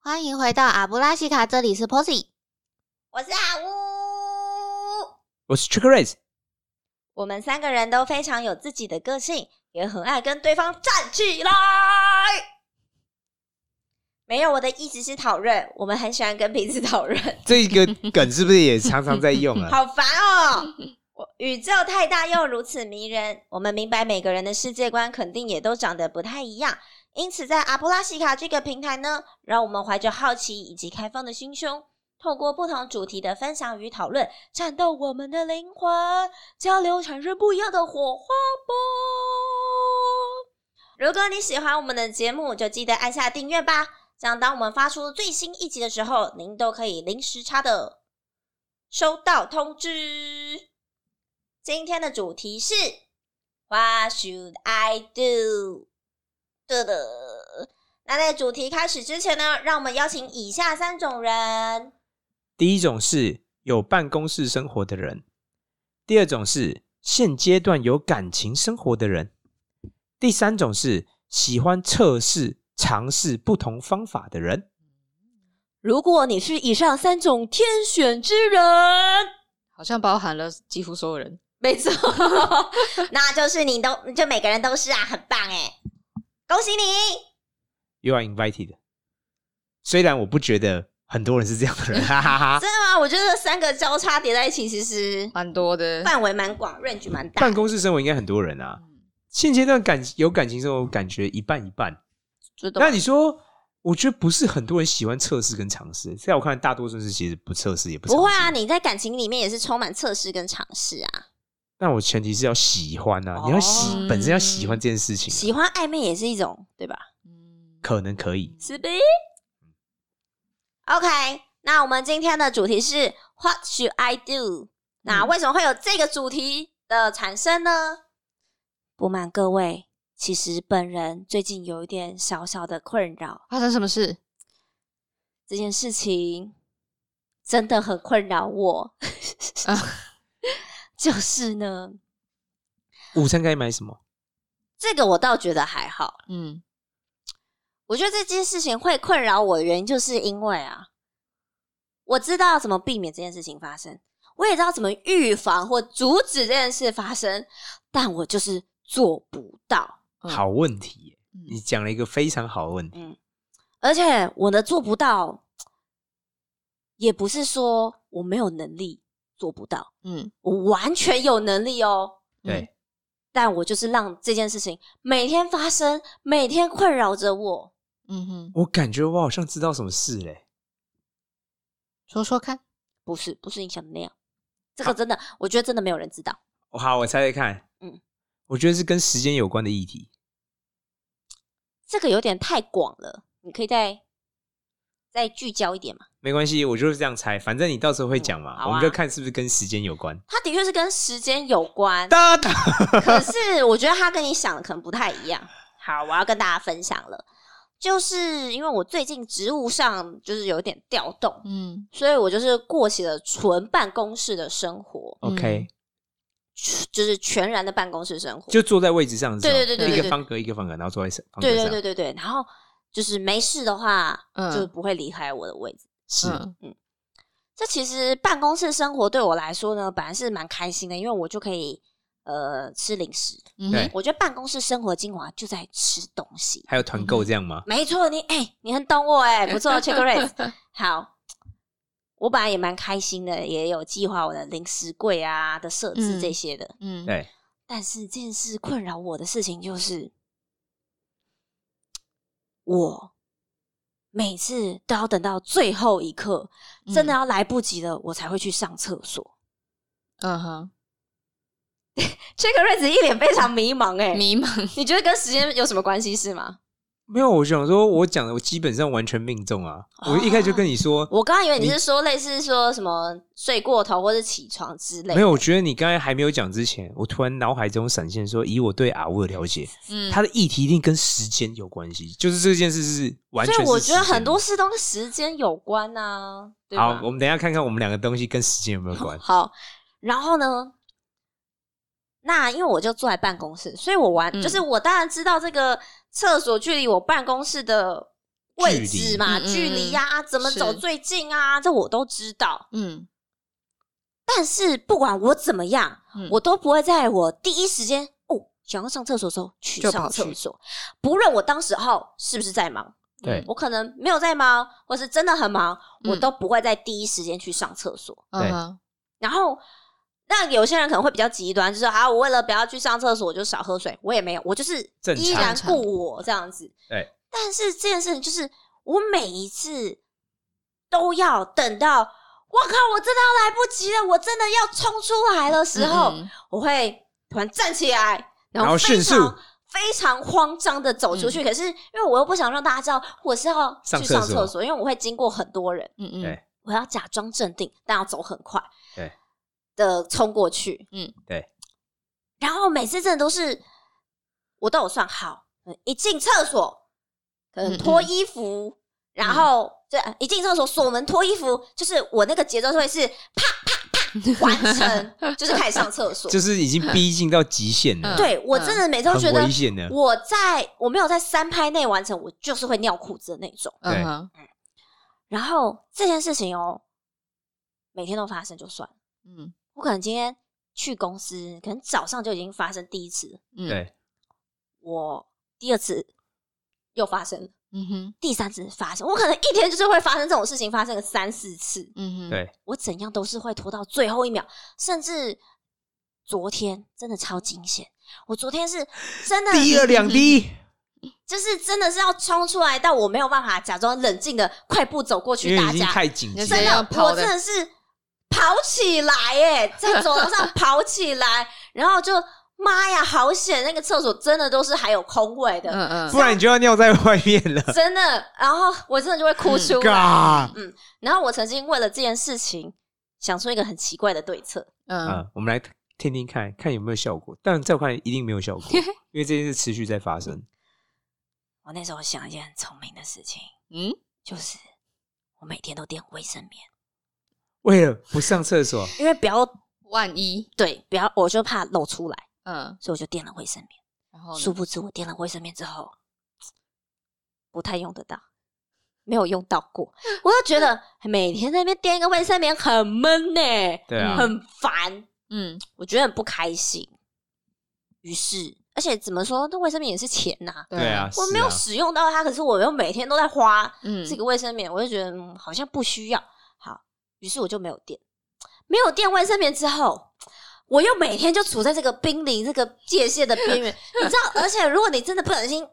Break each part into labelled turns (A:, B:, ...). A: 欢迎回到阿布拉西卡，这里是 Posy。
B: 我是阿乌。
C: 我是 Trick Race，
B: 我们三个人都非常有自己的个性，也很爱跟对方站起来。没有，我的意思是讨论，我们很喜欢跟彼此讨论，
C: 这个梗是不是也常常在用 啊？
B: 好烦哦！我宇宙太大又如此迷人，我们明白每个人的世界观肯定也都长得不太一样，因此在阿布拉西卡这个平台呢，让我们怀着好奇以及开放的心胸，透过不同主题的分享与讨论，战斗我们的灵魂，交流产生不一样的火花吧。如果你喜欢我们的节目，就记得按下订阅吧，这样当我们发出最新一集的时候，您都可以零时差的收到通知。今天的主题是 What should I do？的的。那在主题开始之前呢，让我们邀请以下三种人。
C: 第一种是有办公室生活的人，第二种是现阶段有感情生活的人，第三种是喜欢测试、尝试不同方法的人。
B: 如果你是以上三种天选之人，
A: 好像包含了几乎所有人。
B: 没错， 那就是你都就每个人都是啊，很棒哎，恭喜你！
C: You are invited。虽然我不觉得很多人是这样的人，哈 哈哈。
B: 真的吗？我觉得这三个交叉叠在一起，其实
A: 蛮多的，
B: 范围蛮广，range 蛮大嗯
C: 办。公室生活应该很多人啊。现阶段感有感情生活，感觉一半一半。
A: 这都
C: 那你说，我觉得不是很多人喜欢测试跟尝试，在我看来，大多数是其实不测试也不尝试
B: 不会啊，。你在感情里面也是充满测试跟尝试啊。
C: 那我前提是要喜欢啊，你要喜、
A: 哦
C: 本身要喜欢这件事情啊、
B: 喜欢暧昧也是一种，对吧？
A: 嗯
C: 可能可以。
B: 是呗。OK，那我们今天的主题是 What should I do？那为什么会有这个主题的产生呢？不瞒各位，其实本人最近有一点小小的困扰，
A: 发生什么事？
B: 这件事情真的很困扰我。
A: 啊
B: 就是呢，
C: 午餐该买什么？
B: 这个我倒觉得还好。
A: 嗯，
B: 我觉得这件事情会困扰我的原因，就是因为啊，我知道怎么避免这件事情发生，我也知道怎么预防或阻止这件事发生，但我就是做不到。
A: 嗯
C: 好问题耶、
A: 嗯
C: 你讲了一个非常好的问题。
B: 嗯，而且我的做不到，也不是说我没有能力做不到，
A: 嗯，
B: 我完全有能力哦。
C: 对，
B: 但我就是让这件事情每天发生，每天困扰着我。
A: 嗯哼，
C: 我感觉我好像知道什么事嘞、
A: 说说看，
B: 不是，不是你想的那样。这个真的，我觉得真的没有人知道。
C: 哦好，我猜猜看。
B: 嗯
C: 嗯，我觉得是跟时间有关的议题。
B: 这个有点太广了，你可以再再聚焦一点嘛。
C: 没关系，我就是这样猜，反正你到时候会讲嘛，
B: 嗯好啊
C: 我们就看是不是跟时间有关。
B: 它的确是跟时间有 关，
C: 哒哒，
B: 可是我觉得它跟你想的可能不太一样。好，我要跟大家分享了，就是因为我最近职务上就是有一点调动，
A: 嗯
B: 所以我就是过起了纯办公室的生活，
C: OK，、
B: 就是全然的办公室生活。
C: 就坐在位置上是吗，
B: 对对对对对
C: 一个方格一个方格，然后坐在方格
B: 对
C: 上，
B: 对对对对，然后就是没事的话，
A: 嗯
B: 就不会离开我的位置。
C: 是、
A: 嗯
B: 这其实办公室生活对我来说呢，本来是蛮开心的，因为我就可以呃吃零食。
A: 嗯
C: 对
A: 哼，
B: 我觉得办公室生活精华就在吃东西。
C: 还有团购这样吗？
B: 没错，你哎、你很懂我哎、不错 c h e c k r a c e 好，我本来也蛮开心的，也有计划我的零食柜啊的设置
A: 嗯
B: 这些的。
A: 嗯，
C: 对，
B: 但是这件事困扰我的事情就是，我每次都要等到最后一刻，真的
A: 嗯
B: 要来不及了，我才会去上厕所。
A: 嗯哼，
B: 这个瑞子一脸非常迷茫哎、
A: 迷茫，
B: 你觉得跟时间有什么关系是吗？
C: 没有，我想说，我讲的我基本上完全命中啊！我一开始就跟你说，
B: 我刚刚以为你是说类似说什么睡过头或者起床之类的，
C: 没有，我觉得你刚才还没有讲之前，我突然脑海中闪现说，以我对阿乌的了解，
A: 嗯，
C: 他的议题一定跟时间有关系，就是这件事是完全
B: 所
C: 是
B: 以我觉得
C: 时间
B: 很多事都跟时间有关呐、对吧嗯
C: 好，？我们等一下看看我们两个东西跟时间有没有关。
B: 好，然后呢？那因为我就坐在办公室，所以我玩、
A: 嗯
B: 就是我当然知道这个厕所距离我办公室的位置嘛、
A: 距离
B: 距离呀、怎么
A: 嗯是
B: 走最近啊，这我都知道。
A: 嗯
B: 但是不管我怎么样，
A: 嗯，
B: 我都不会在我第一时间哦想要上厕所的时候去
A: 就
B: 上
A: 跑去
B: 厕所，不论我当时候是不是在忙，
C: 对
B: 我可能没有在忙，或是真的很忙，我
A: 嗯
B: 都不会在第一时间去上厕所。
A: 嗯哼
B: 然后，那有些人可能会比较极端，就是啊好，我为了不要去上厕所，我就少喝水。我也没有，我就是
C: 正常
B: 依然顾我这样子。
C: 对。
B: 但是这件事情就是，我每一次都要等到我靠，我真的要来不及了，我真的要冲出来的时候，
A: 嗯嗯
B: 我会突然站起来，然
C: 然后
B: 后非
C: 迅
B: 常
C: 速
B: 非常慌张的走出
A: 嗯
B: 去。可是因为我又不想让大家知道我是要去
C: 上
B: 上
C: 厕所
B: 厕所，因为我会经过很多人。
A: 嗯嗯，
C: 对
B: 我要假装镇定，但要走很快，
C: 对
B: 的冲过去，
C: 对，
B: 然后每次真的都是我都有算好，嗯一进厕所可能脱衣服，然后对，一进厕所锁门脱衣服，就是我那个节奏会是啪
A: 嗯
B: 啪啪完成，就是开始上厕所
C: 就。是已经逼近到极限了，
A: 嗯
B: 嗯对我真的每次都觉
C: 很
B: 得
C: 危险啊的。
B: 我在我没有在三拍内完成，我就是会尿裤子的那种。
A: 嗯哼
B: 然后这件事情哦，每天都发生就算了。
A: 嗯
B: 我可能今天去公司，可能早上就已经发生第一次，
A: 嗯，
C: 对，
B: 我第二次又发生了，
A: 嗯哼
B: 第三次发生，我可能一天就是会发生这种事情，发生个三四次，
A: 嗯哼，
C: 对，
B: 我怎样都是会拖到最后一秒，甚至昨天真的超惊险，我昨天是真 的
C: 滴了两滴，
B: 就是真的是要冲出来，但我没有办法假装冷静的快步走过去，
C: 因为
B: 大
C: 已经
B: 家
C: 太紧
A: 你
C: 急
A: 是
B: 真
A: 这
C: 了。
A: 样
B: 的，
A: 跑
B: 我
A: 的
B: 真的是跑起来 耶，在走廊上跑起来，然后就妈呀，好险！那个厕所真的都是还有空位的，
A: 嗯嗯
C: 不然你就要尿在外面 了。
B: 真的。然后我真的就会哭出
A: 嗯
B: 来。
C: 嘎，
B: 然后我曾经为了这件事情想出一个很奇怪的对策，
A: 嗯
C: 啊，我们来听听看看有没有效果，但在我看来一定没有效 果，因为这件事持续在发生。
B: 我那时候想一件很聪明的事情，
A: 嗯，
B: 就是我每天都垫卫生棉，
C: 为了不上 厕所，
B: 因为不要
A: 万一
B: 对，不要，我就怕露出来，
A: 嗯，
B: 所以我就垫了卫生棉。
A: 然后呢
B: 殊不知我垫了卫生棉之后，不太用得到，没有用到过。我就觉得每天在那边垫一个卫生棉很闷呢、
C: 对啊，
B: 很烦，
A: 嗯
B: 我觉得很不开心。于是，而且怎么说，那卫生棉也是钱呐、
C: 对啊，，
B: 我
C: 是
B: 没有
C: 啊
B: 使用到它，可是我又每天都在花
A: 嗯
B: 这个卫生棉，我就觉得、嗯、好像不需要。好，于是我就没有垫，没有垫卫生棉之后，我又每天就处在这个濒临这个界限的边缘，你知道？而且如果你真的不小 心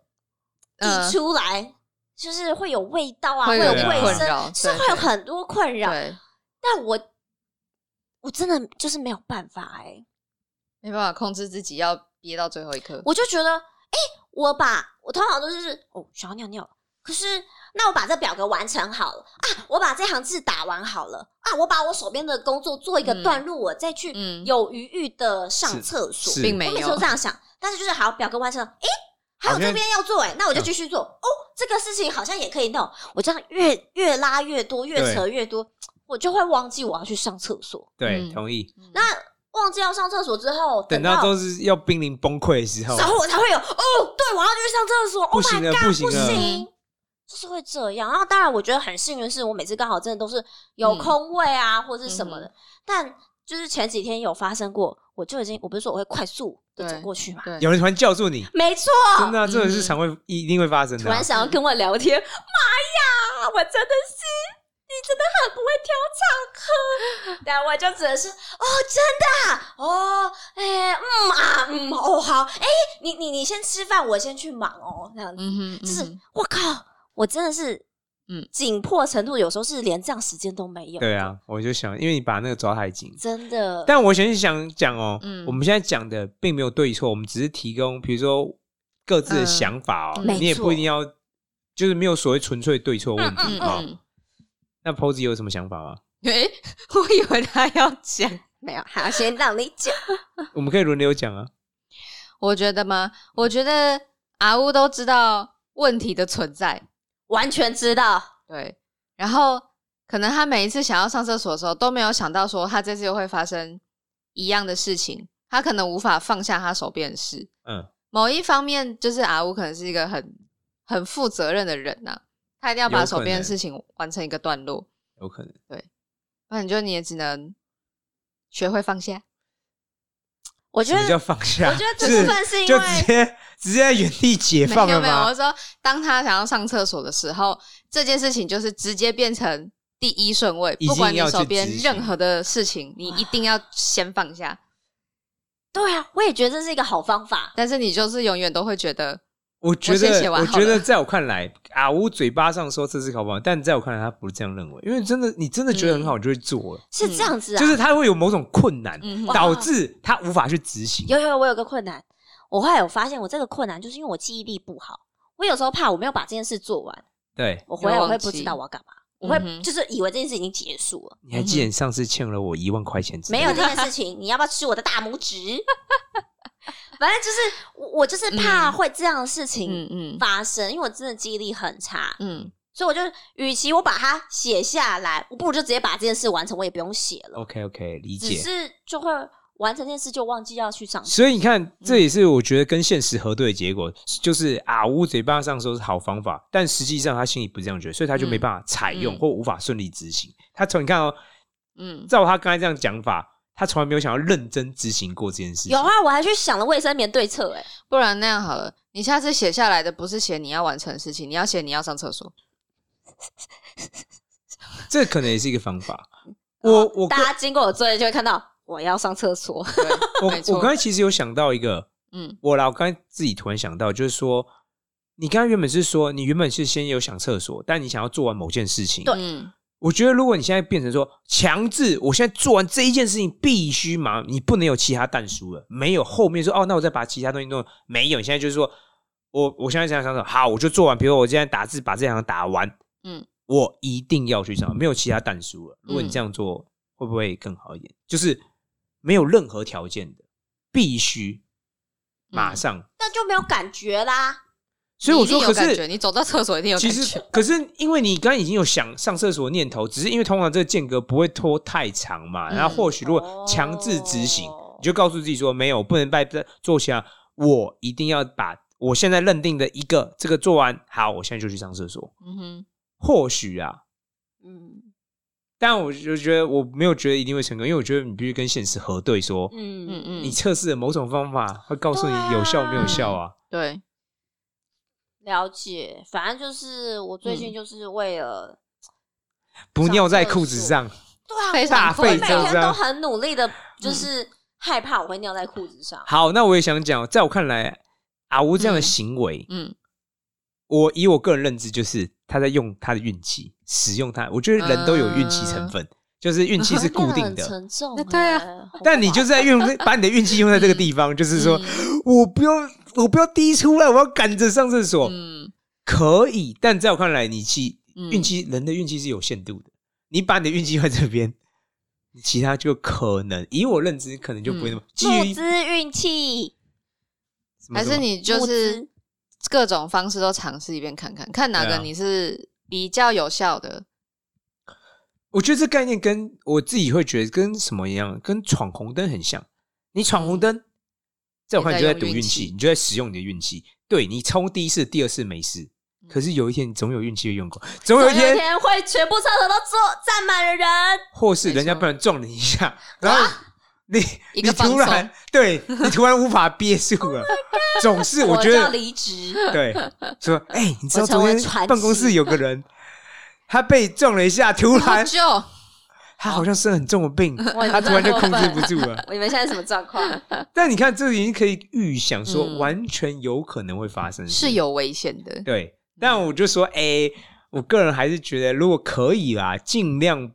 A: 嗯
B: 溢出来，就是会有味道啊，
A: 会
B: 会
A: 有
B: 有
C: 点
B: 卫
C: 困
A: 扰
B: 生，是
A: 对
B: 会有
A: 对
B: 很多困扰。
A: 对，
B: 但我我真的就是没有办法哎、
A: 没办法控制自己要憋到最后一刻，
B: 我就觉得，哎、我把我通常都是哦想要尿尿，可是那我把这表格完成好了啊，我把这行字打完好了啊，我把我手边的工作做一个
A: 嗯
B: 段落，我再去
A: 嗯
B: 有余裕的上
C: 是
B: 厕所。
C: 是
A: 并
B: 我
A: 没
B: 每次
A: 有
B: 都这，样想，但是就是好表格完成了，哎、还
C: 好
B: 有这
C: 像嗯
B: 边要做哎、那我就继续做、哦。这个事情好像也可以弄，我这样越越拉越多，越
C: 对
B: 扯越多，我就会忘记我要去上厕所。
C: 对，
A: 嗯
C: 同意。
B: 那忘记要上厕所之后，
C: 等到都是要濒临崩溃的 时候，
B: 然后我才会有哦，对我要去上厕所
C: 不
B: ，Oh
C: 行嗯
B: my
C: 了
B: god，
C: 不行了
B: 行就是会这样。然后当然，我觉得很幸运是我每次刚好真的都是有空位啊，或者是什么的。但就是前几天有发生过，我就已经我不是说我会快速的走
A: 对
B: 过去嘛，
A: 对，
C: 有人突然叫住你，
B: 没错，
C: 真的啊，这种
A: 嗯
C: 是常会一定会发生
B: 哦突
C: 的啊
B: 然。想要跟我聊天，妈呀，我真的是。你真的很不会挑场合，但我就只能是哦，真的啊哦，哎、嗯啊，嗯，哦，好，哎、你你你先吃饭，我先去忙哦，这样子。
A: 嗯哼，
B: 就是
A: 嗯
B: 我靠，我真的是，嗯
A: 嗯，
B: 紧迫程度有时候是连这样时间都没有。
C: 对，啊，我就想，因为你把那个抓太紧。
B: 真的。
C: 但我先想讲哦，
A: 嗯
C: 我们现在讲的并没有对错，我们只是提供，比如说各自的
A: 嗯
C: 想法哦，
A: 没
C: 你也
B: 错
C: 不一定要，就是没有所谓纯粹对错问
B: 嗯
C: 题
A: 嗯
C: 哦。
A: 嗯，
C: 那 Posy 有什么想法吗？
A: 诶、我以为他要 讲，
B: 没有，好，先让你讲。
C: 我们可以轮流讲啊。
A: 我觉得吗？我觉得阿乌都知道问题的存在，
B: 完全知道，
A: 对，然后可能他每一次想要上厕所的时候，都没有想到说他这次又会发生一样的事情，他可能无法放下他手边的事。
C: 嗯，
A: 某一方面，就是阿乌可能是一个很很负责任的人呐、他一定要把
C: 有
A: 手
C: 可
A: 边的
C: 能
A: 事情完成一个段落，
C: 有可能。
A: 不然你就你也只能学会放下。
B: 我
C: 什
B: 觉
C: 么
B: 得
C: 叫放下？
B: 我觉得这
C: 是
B: 部分是因
C: 就
B: 为
C: 直接直接在原地解
A: 没
C: 放
A: 有
C: 了
A: 没有，我
C: 吗？
A: 是说当他想要上厕所的时候，这件事情就是直接变成第一顺位，
C: 一
A: 不
C: 定
A: 管你
C: 要
A: 手
C: 去
A: 边
C: 执行
A: 任何的事情，你一定要先放下。
B: 对啊，我也觉得这是一个好方法。
A: 但是你就是永远都会觉得
C: 我觉
A: 我先
C: 得
A: 写，完
C: 我
A: 好了
C: 觉得在我看来，阿乌嘴巴上说这是考不好，但在我看来，他不是这样认为，因为真的，你真的觉得很好，你就会做了，
B: 是这样子啊，
C: 嗯就是他会有某种困难，
A: 嗯
B: 哇
C: 导致他无法去执行。
B: 有有有我有个困难，我后来有发现我这个困难就是因为我记忆力不好，我有时候怕我没有把这件事做完，
C: 对，
B: 我回来
A: 会
B: 我会
A: 忘
B: 不
A: 记
B: 知道我要干嘛，我会
A: 嗯哼
B: 就是以为这件事已经结束了，
C: 你还记得你上次欠了我一万块钱之类
B: 没
C: 的
B: 有这件事情，你要不要吃我的大拇指？ 反正就是我，我就是怕
A: 嗯
B: 会这样的事情
A: 嗯嗯
B: 发生，因为我真的记忆力很差，
A: 嗯，
B: 所以我就与其我把它写下来，我不如就直接把这件事完成，我也不用写了，
C: ？OK OK，理哦
B: 只
C: 解。
B: 是就会完成这件事就忘记要去上学。
C: 所以你
B: 嗯
C: 看，这也是我觉得跟现实核对的结果，就是阿乌嘴巴上说是好方法，但实际上他心里不这样觉得，所以他就没办法采用
A: 嗯
C: 或无法顺利执行。他从你看哦，
A: 嗯，
C: 照他刚才这样讲法，他从来没有想要认真执行过这件事情。
B: 有啊，我还去想了卫生棉对策、欸，哎，
A: 不然那样好了，你下次写下来的不是写你要完成的事情，你要写你要上厕所。
C: 这可能也是一个方法。我我
B: 哦大家经过我作业就会看到我要上厕 所，
A: 对，
C: 我
A: 没错
C: 我刚才其实有想到一个，
A: 嗯
C: 我啦，我刚才自己突然想到，就是说，你刚才原本是说，你原本是先有想厕所，但你想要做完某件事情。
B: 对
A: 嗯
C: 我觉得如果你现在变成说强制，我现在做完这一件事情必须忙，你不能有其他蛋书了，没有后面说哦，那我再把其他东西弄，没有，你现在就是说我我现在想想想，好，我就做完，比如我现在打字把这两行打完，
A: 嗯，
C: 我一定要去上，没有其他蛋书了。如果你这样做，会不会更好一点？就是没有任何条件的，必须马上。
B: 那就没有感觉啦。
C: 所以我
A: 嗯你一
C: 说，
A: 定有
C: 可
A: 感觉，
C: 是
A: 你走到厕所一定有
C: 其
A: 感
C: 实
A: 觉。，
C: 可是因为你刚刚已经有想上厕所的念头，只是因为通常这个间隔不会拖太长嘛。
A: 嗯
C: 然后或许如果强制执行，
B: 哦
C: 你就告诉自己说，没有，不能再坐下，我一定要把我现在认定的一个这个做完。好，我现在就去上厕所。
A: 嗯哼，
C: 或许啊，
B: 嗯
C: 但我就觉得我没有觉得一定会成功，因为我觉得你必须跟现实核对说，
A: 嗯
B: 嗯，
A: 嗯，
C: 你测试的某种方法会告诉你
B: 对啊
C: 有效没有效啊。
A: 对，
B: 了解。反正就是我最近
A: 嗯
B: 就是为了，
A: 啊
C: 不尿在裤子上，
A: 非
C: 大
A: 常
C: 费
B: 我
A: 困
B: 每
C: 周
A: 扰
C: 章。
B: 天都很努力的，就是害怕我会尿在裤子 上。
C: 好，那我也想讲，在我看来，阿吴这样的行为，
A: 嗯
C: 我以我个人认知，就是他在用他的运气，使用他。我觉得人都有运气成分，就是运气是固定
B: 那
C: 的。
B: 很沉重、欸。
A: 那对啊
B: 好不好，
C: 但你就是在用
A: 啊
C: 把你的运气用在这个地方，就是说哦
A: 嗯
C: 我不要我不要滴出来，我要赶着上厕所。
A: 嗯
C: 可以，但在我看来，你气
A: 嗯
C: 运气人的运气是有限度的。你把你的运气用在这边，你其他就可能以我认知，可能就不会那么
A: 嗯
C: 基于
B: 募资运气，
C: 什么
A: 还
C: 什
A: 是
C: 么
A: 你就
B: 募
A: 是
B: 资
A: 各种方式都尝试一遍看看，看哪
C: 对啊
A: 个你是比较有效的。
C: 我觉得这概念跟我自己会觉得跟什么一样，跟闯红灯很像。你闯红灯，在我看你就在赌运
A: 也在用运
C: 气，
A: 气
C: 你就在使用你的运气。对你冲第一次、第二次没事，可是有一天你总有运气会用过，总有
B: 有
C: 一
B: 一天
C: 天，
B: 会全部厕所都坐站满了人。
C: 或是
A: 没错
C: 人家不然撞你一下，然后你你
A: 一个放
C: 突然对你突然无法憋住了，总是我觉
B: 就要
C: 得
B: 离职，
C: 对说哎，你知道
B: 我成
C: 昨
B: 为传
C: 天
B: 奇
C: 办公室有个人，他被撞了一下，突
A: 好
C: 然
A: 久，
C: 他好像生很重的病，
B: 哇你
C: 他突然就控制不住了。
B: 你们现在什么状 况？
C: 但你看，这已经可以预想说，
A: 嗯
C: 完全有可能会发生，
A: 是有危险的。
C: 对。但我就说，哎、我个人还是觉得，如果可以啦，尽量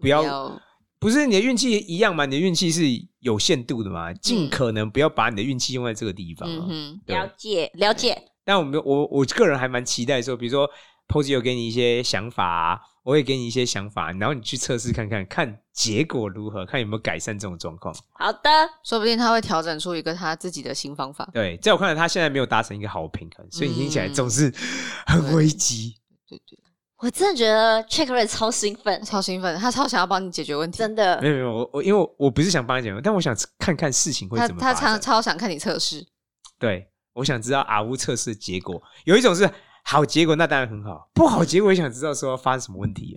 C: 不要，
A: 要
C: 不是你的运气一样嘛？你的运气是有限度的嘛，尽可能不要把你的运气用在这个地方、啊。
A: 嗯哼，
C: 对
B: 了解，了解。
C: 但我们我我个人还蛮期待说，比如说 Posy 有给你一些想法、啊，我也给你一些想法，然后你去测试看看，看结果如何，看有没有改善这种状况。
B: 好的，
A: 说不定他会调整出一个他自己的新方法。
C: 对，在我看来，他现在没有达成一个好的平衡，所以听起来
A: 嗯
C: 总是很危机。
A: 对对，
B: 我真的觉得 Check Ray 超兴奋
A: 他，超兴奋，他超想要帮你解决问题。
B: 真的
C: 没。有没有，我我因为我我不是想帮你讲，但我想看看事情会
A: 他
C: 怎么
A: 他
C: 发
A: 超
C: 生。
A: 超想看你测试。
C: 对，我想知道阿乌测试的结果，有一种是好结果那当然很好，不好结果也想知道说发生什么问题啊。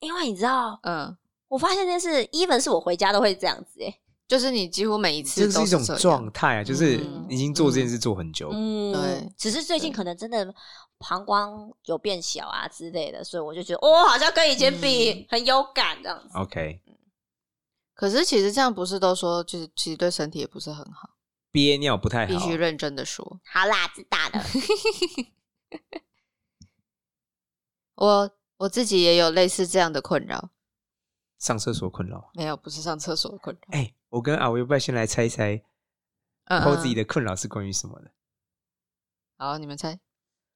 B: 因为你知道，
A: 嗯，
B: 我发现这件事，even 是我回家都会这样子、欸，
A: 就是你几乎每一次
C: 啊这
A: 都
C: 是一种
A: 这样
C: 状态啊，就是
A: 嗯
C: 已经做这件事做很久，
B: 嗯，
A: 对
B: 只是最近可能真的膀胱有变小啊之类的，所以我就觉得，哦，好像跟以前比、很有感这样子。
C: OK，
A: 可是其实这样不是都说，就是其实对身体也不是很好，
C: 憋尿不太
A: 必
C: 好
A: 须。认真的说。
B: 好啦，知道了。
A: 我我自己也有类似这样的困扰，
C: 上厕所困扰，
A: 没有，不是上厕所的困 扰。
C: 哎、我跟阿威要不要先来猜一猜，
A: 嗯
C: 抛自己
A: 的。
C: 的困扰是关于什么的？
A: 好，你们猜，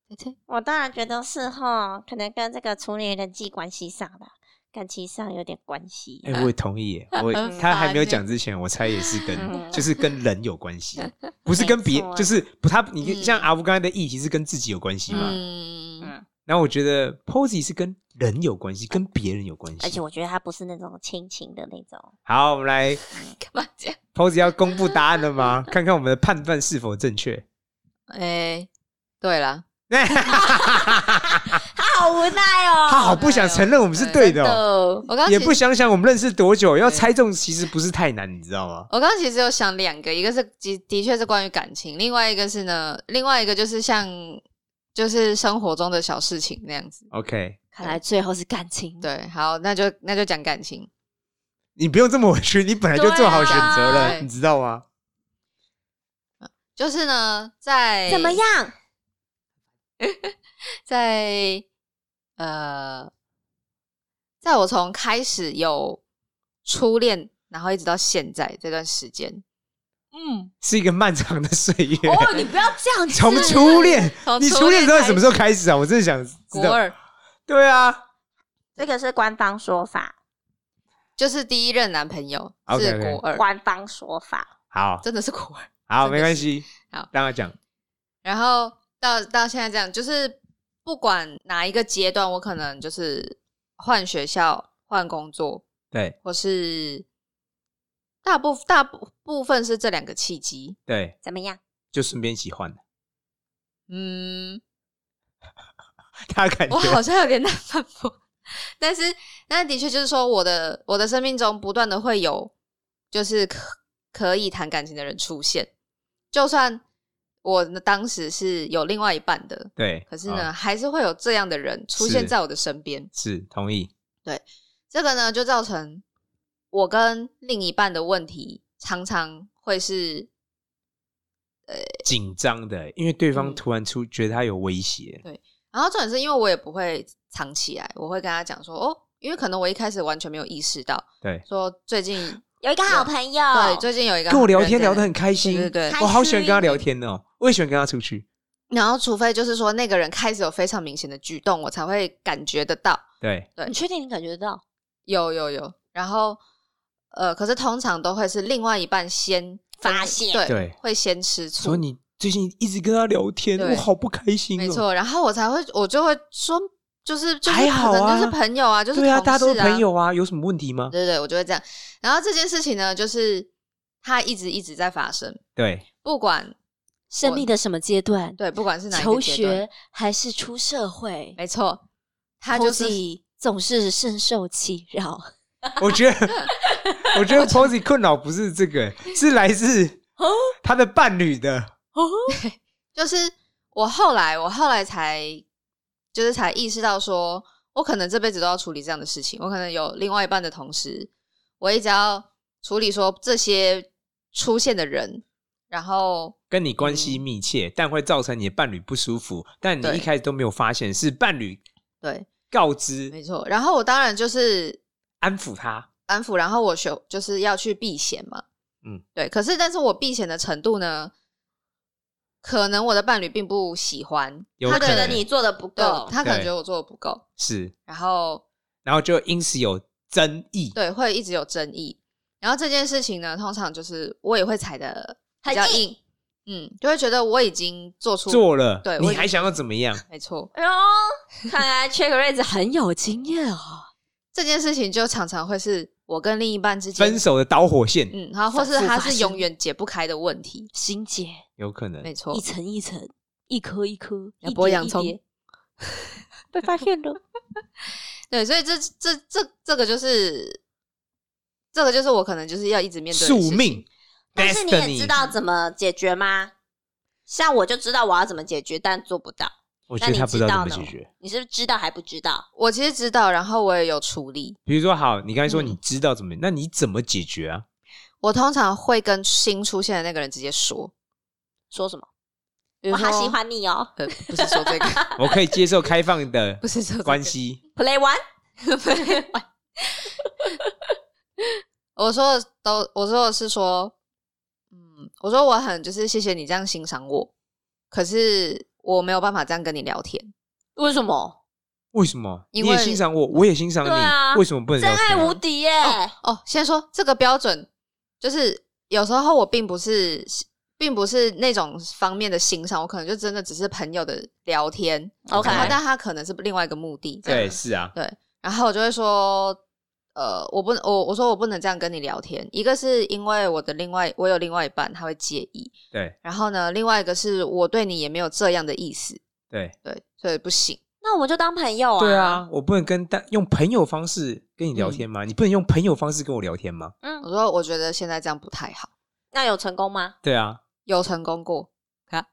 A: 猜猜。
B: 我当然觉得是哈，可能跟这个处理人际关系上的感情上有点关系。
C: 哎、我也同意耶，我
A: 很
C: 他还
A: 烦
C: 没有
A: 呢
C: 讲之前，我猜也是跟
B: 嗯
C: 就是跟人有关系，不是跟别
B: 没，错
C: 就是不他你
A: 嗯
C: 像阿乌刚才的议题是跟自己有关系嘛，
A: 嗯，
B: 嗯，
C: 然后我觉得 Posy 是跟人有关系，跟别人有关
B: 而且
C: 系。
B: 我觉得他不是那种亲情的那种。
C: 好，我们来
A: 干嘛这样？
C: Posy 要公布答案了吗？看看我们的判断是否正确。
A: 哎，对啦，
B: 他好无奈哦，
C: 他好不想承认我们是对的哦，
B: 哦，
A: 我刚
C: 也
A: 其
C: 不
A: 实
C: 想想我们认识多久，要猜中其实不是太难，你知道吗？
A: 我刚刚其实有想两个，一个是的的确是关于感情，另外一个是呢，另外一个就是像就是生活中的小事情那样子。
C: OK，
B: 看来最后是感情。
A: 对，好，那就那就讲感情。
C: 你不用这么委屈，你本来就做好选择
A: 对
C: 了，
A: 啊
C: 你知道吗？
A: 就是呢，在
B: 怎么样？
A: 在呃，在我从开始有初恋，然后一直到现在这段时间，
B: 嗯，
C: 是一个漫长的岁月，
B: 哦，你不要这样子。
C: 哎从初恋，
A: 从
C: 你初恋到底什么时
A: 候？
C: 候开始啊？我真的想知
A: 国
C: 道。
A: 二
C: 对啊，
B: 这个是官方说法，
A: 就是第一任男朋友
C: OK，OK
A: 是国二，
B: 官方说法。
C: 好
A: 真的是国二。
C: 好，
A: 真的
C: 没关系，
A: 好
C: 让他讲。
A: 然后到到现在这样，就是不管哪一个阶段，我可能就是换学校、换工作，
C: 对
A: 或是大部大部部分是这两个契机。
C: 对，
B: 怎么样？
C: 就顺便一起换 了。
A: 嗯，
C: 他感觉
A: 我好像有点难反驳， 但是那的确就是说，我的我的生命中不断的会有就是可可以谈感情的人出现，就算我当时是有另外一半的，
C: 对，
A: 可是呢，
C: 啊，
A: 还是会有这样的人出现
C: 是
A: 在我的身边。
C: 是同意。
A: 这个呢，就造成我跟另一半的问题常常会是
C: 紧张的，因为对方
A: 嗯
C: 突然出觉得他有威胁，
A: 然后重点是因为我也不会藏起来，我会跟他讲说哦，因为可能我一开始完全没有意识到，
C: 对，
A: 说最近
B: 有一个好朋友，
A: 对最近有一个
C: 跟我聊
A: 人
C: 天
A: 在
C: 聊得很开心，
A: 对对对
C: 我好喜欢跟他聊天哦，我也喜欢跟他出去，
A: 然后除非就是说那个人开始有非常明显的举动，我才会感觉得到
C: 对，
B: 你确定你感觉得到？
A: 有有有，然后呃，可是通常都会是另外一半先
B: 发现
A: 对，
C: 对
A: 会先吃醋，
C: 所以你最近一直跟他聊天，
A: 对
C: 我好不开心哦，
A: 没错，然后我才会，我就会说，就是就是
C: 还好啊
A: 可能就是朋友啊，就是
C: 对啊，
A: 同事
C: 大家都是朋，友啊，有什么问题吗？
A: 对对，我就会这样。然后这件事情呢，就是它一直一直在发生，
C: 对，
A: 不管
B: 生命的什么阶段？
A: 对，不管是哪一个
B: 求
A: 阶段，
B: 学还是出社会，
A: 没错，他就是
B: 自己总是深受其扰。
C: 我觉得，我觉得 Posy 困扰不是这个，是来自
B: 哦
C: 他的伴侣的，
B: 哦，
A: 就是我后来我后来才就是才意识到说，我可能这辈子都要处理这样的事情，我可能有另外一半的同时，我一直要处理说这些出现的人，然后
C: 跟你关系密切，但会造成你的伴侣不舒服，但你
A: 对
C: 一开始都没有发现，是伴侣
A: 对，
C: 告知
A: 没错，然后我当然就是
C: 安抚他，
A: 安抚，然后我学就是要去避嫌嘛，
C: 嗯
A: 嗯，对。可是，但是我避嫌的程度呢，可能我的伴侣并不喜欢，
C: 有
A: 他
C: 可
A: 觉
C: 能
A: 得
B: 得
A: 你
B: 你做的不
A: 对
B: 够，
A: 他可能
C: 对
A: 觉得我做的不够，
C: 是，
A: 然后
C: 然后就因此有争议，
A: 对会一直有争议。然后这件事情呢，通常就是我也会踩的比
B: 很
A: 较
B: 硬
A: 硬，嗯，就会觉得我已经做出，
C: 做了，
A: 对
C: 你
A: 我也
C: 还想要怎么样？
A: 没错，
B: 哎呦，看来 Check Raise 很有经验哦。
A: 这件事情就常常会是我跟另一半之间
C: 分，手的导火线、
A: 嗯，然后或是
B: 反复
A: 他
B: 发
A: 是
B: 生
A: 永远解不开的问题，
B: 心结
C: 有可能
A: 没错
B: 一，层一层，
D: 一颗一颗，
A: 要
D: 一
A: 剥
D: 叠
A: 洋
D: 一
A: 葱
D: 叠， 被发现了。
A: 对，所以这这这这个就是，这个就是我可能就是要一直面对的事
C: 宿
A: 情
C: 命。
B: 但是你也知
C: Destiny
B: 道怎么解决吗？像我就知道我要怎么解决，但做不到。
C: 我觉
B: 那
C: 得
B: 你
C: 他不知道
B: 道
C: 怎
B: 呢？
C: 么解决。
B: 你是不是知道还不知道？
A: 我其实知道，然后我也有处理。
C: 比如说，好，你刚才说
A: 嗯
C: 你知道怎么，那你怎么解决啊？
A: 我通常会跟新出现的那个人直接说，
B: 说什么？
A: 比如
B: 我
A: 说
B: 好喜，欢你哦
A: 呃，不是说这个，
C: 我可以接受开放的
A: 不是说这个
C: 关。系，
B: ，Play One。
A: 我说的都，我说的是说，嗯，我说我很就是谢谢你这样欣赏我，可是我没有办法这样跟你聊天。
B: 为什么？
C: 为什么？你
A: 因为
C: 也欣赏我，我也欣赏你，
B: 对啊
C: 为什么不能
B: 真
C: 聊天
B: 爱无敌耶！
A: 哦，先说这个标准，就是有时候我并不是，并不是那种方面的欣赏，我可能就真的只是朋友的聊天
B: 哦 OK
A: 然后但他可能是另外一个目的，这样
C: 对，是啊，
A: 对，然后我就会说，呃，我不能，我我说我不能这样跟你聊天。一个是因为我的另外我有另外一半，他会介意。
C: 对
A: 然后呢，另外一个是我对你也没有这样的意思，
C: 对
A: 对，所以不行。
B: 那我们就当朋友啊。
C: 对，啊，我不能跟大用朋友方式跟你聊天
A: 嗯
C: 吗？你不能用朋友方式跟我聊天吗？
A: 我
B: 嗯，
A: 说我觉得现在这样不太好，
B: 那有成功吗？
C: 对啊，
A: 有成 功过啊，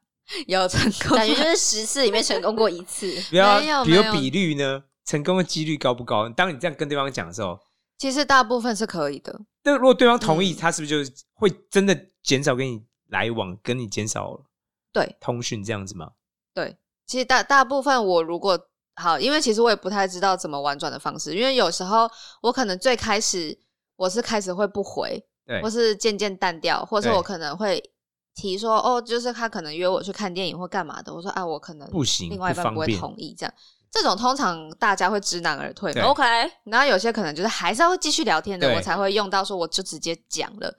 A: 有成功过，
B: 感觉就是十次里面成功过一次。
C: 不要
A: 没有，
C: 比如
A: 没有
C: 比率呢，成功的几率高不高？当你这样跟对方讲的时候，
A: 其实大部分是可以的。
C: 那如果对方同意，
A: 嗯
C: 他是不是就会真的减少跟你来往，跟你减少
A: 对
C: 通讯这样子吗？
A: 其实大大部分我如果好，因为其实我也不太知道怎么婉转的方式，因为有时候我可能最开始我是开始会不回，
C: 对
A: 或是渐渐淡掉，或是
C: 对
A: 我可能会提说哦，就是他可能约我去看电影或干嘛的，我说啊，我可能
C: 不行
A: 另外一
C: 不
A: 半
C: 方
A: 不会
C: 便
A: 同意这样。这种通常大家会知难而 退
C: 对
A: 嘛，哦
B: OK，
A: 然后有些可能就是还是要继续聊天的，
C: 对
A: 我才会用到说我就直接讲了，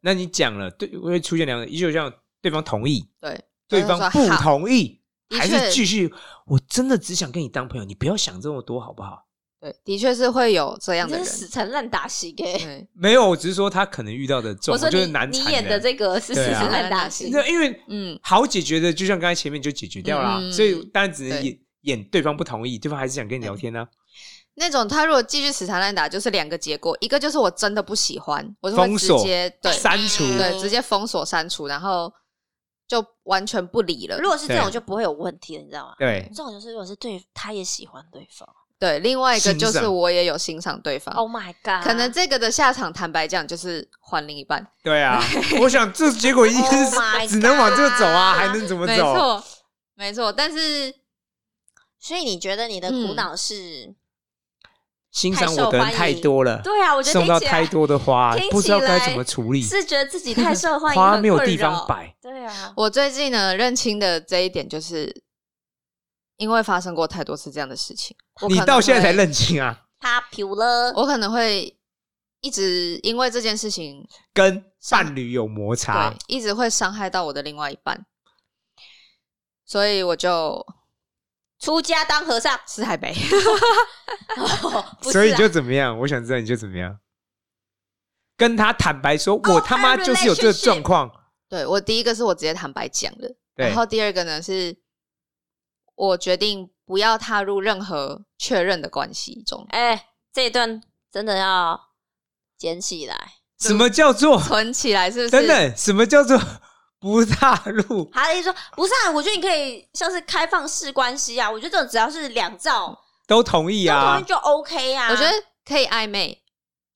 C: 那你讲了，对，会出现两个，就像对方同意，
A: 对，
C: 对
A: 就是
C: 方
A: 说
C: 不
A: 好
C: 同意，
A: 的
C: 还
A: 确
C: 是继续。我真的只想跟你当朋友，你不要想这么多，好不好？
A: 对，的确是会有这样
B: 你
A: 的
B: 真
A: 人，
B: 是死欸缠烂打型耶！
A: 对，
C: 没有，我只是说他可能遇到的重，
B: 我
C: 我
B: 说
C: 就是
B: 你
C: 难
B: 你
C: 缠
B: 演的这个是死
C: 对啊
B: 缠烂打型，
C: 那因为
A: 嗯，
C: 好解决的，就像刚才前面就解决掉啦，
A: 嗯
C: 所以当然只能
A: 对
C: 演演对方不同意，对方还是想跟你聊天啊，
A: 那种他如果继续死缠烂打，就是两个结果，一个就是我真的不喜欢，我就会
C: 封
A: 直
C: 锁
A: 接对
C: 删除。
B: 嗯
A: 对直接封锁删除，然后就完全不理了
B: 如。果是这
C: 对
B: 种就不会有问题了，你知道吗？
C: 对
B: 这种就是如果是对他也喜欢对方
A: 对，另外一个就
C: 欣
A: 是
C: 赏
A: 我也有欣赏对方，
B: ，Oh my god，
A: 可能这个的下场，坦白讲就是换另一半，
C: 对啊，我想这结果一定
B: Oh my
C: 是
B: god
C: 只能往这个走啊，还能怎么
A: 没
C: 走？
A: 错，没错。但是
B: 所以你觉得你的苦恼是？
C: 欣赏我的人太多了，
B: 对啊，我觉得
C: 送到
B: 听起
C: 太
B: 来
C: 多的花
B: 听起，来
C: 不知道该怎么处理，
B: 是觉得自己太受欢迎，
C: 花
B: 很
C: 没有
B: 困
C: 地
B: 扰
C: 方。摆。
B: 对啊，
A: 我最近呢认清的这一点，就是因为发生过太多次这样的事情，我
C: 你
A: 可能
C: 到现在才
A: 会
C: 认清啊，
B: 他ผิ了，
A: 我可能会一直因为这件事情
B: 啊
C: 跟伴侣有摩擦
A: 对，，一直会伤害到我的另外一半，所以我就
B: 出家当和 尚，
A: 四 海北。
B: 不是啊
C: 所以就怎么样？我想知道你就怎么样，跟他坦白说，我他妈
B: our
C: 就是有这个
B: 哦 relationship
C: 状况。
A: 对我第一个是我直接坦白讲的，
C: 对
A: 然后第二个呢是，我决定不要踏入任何确认的关系中，
B: 哎、这一段真的要捡起来。
C: 什么叫做
A: 存起来是不是？
C: 等等？什么叫做不踏入？
B: 他的意思说，不是啊，我觉得你可以像是开放式关系啊，我觉得这种只要是两兆，
C: 都同意
B: 这种东
C: 啊
B: 西？就 OK 啊。
A: 我觉得可以暧昧，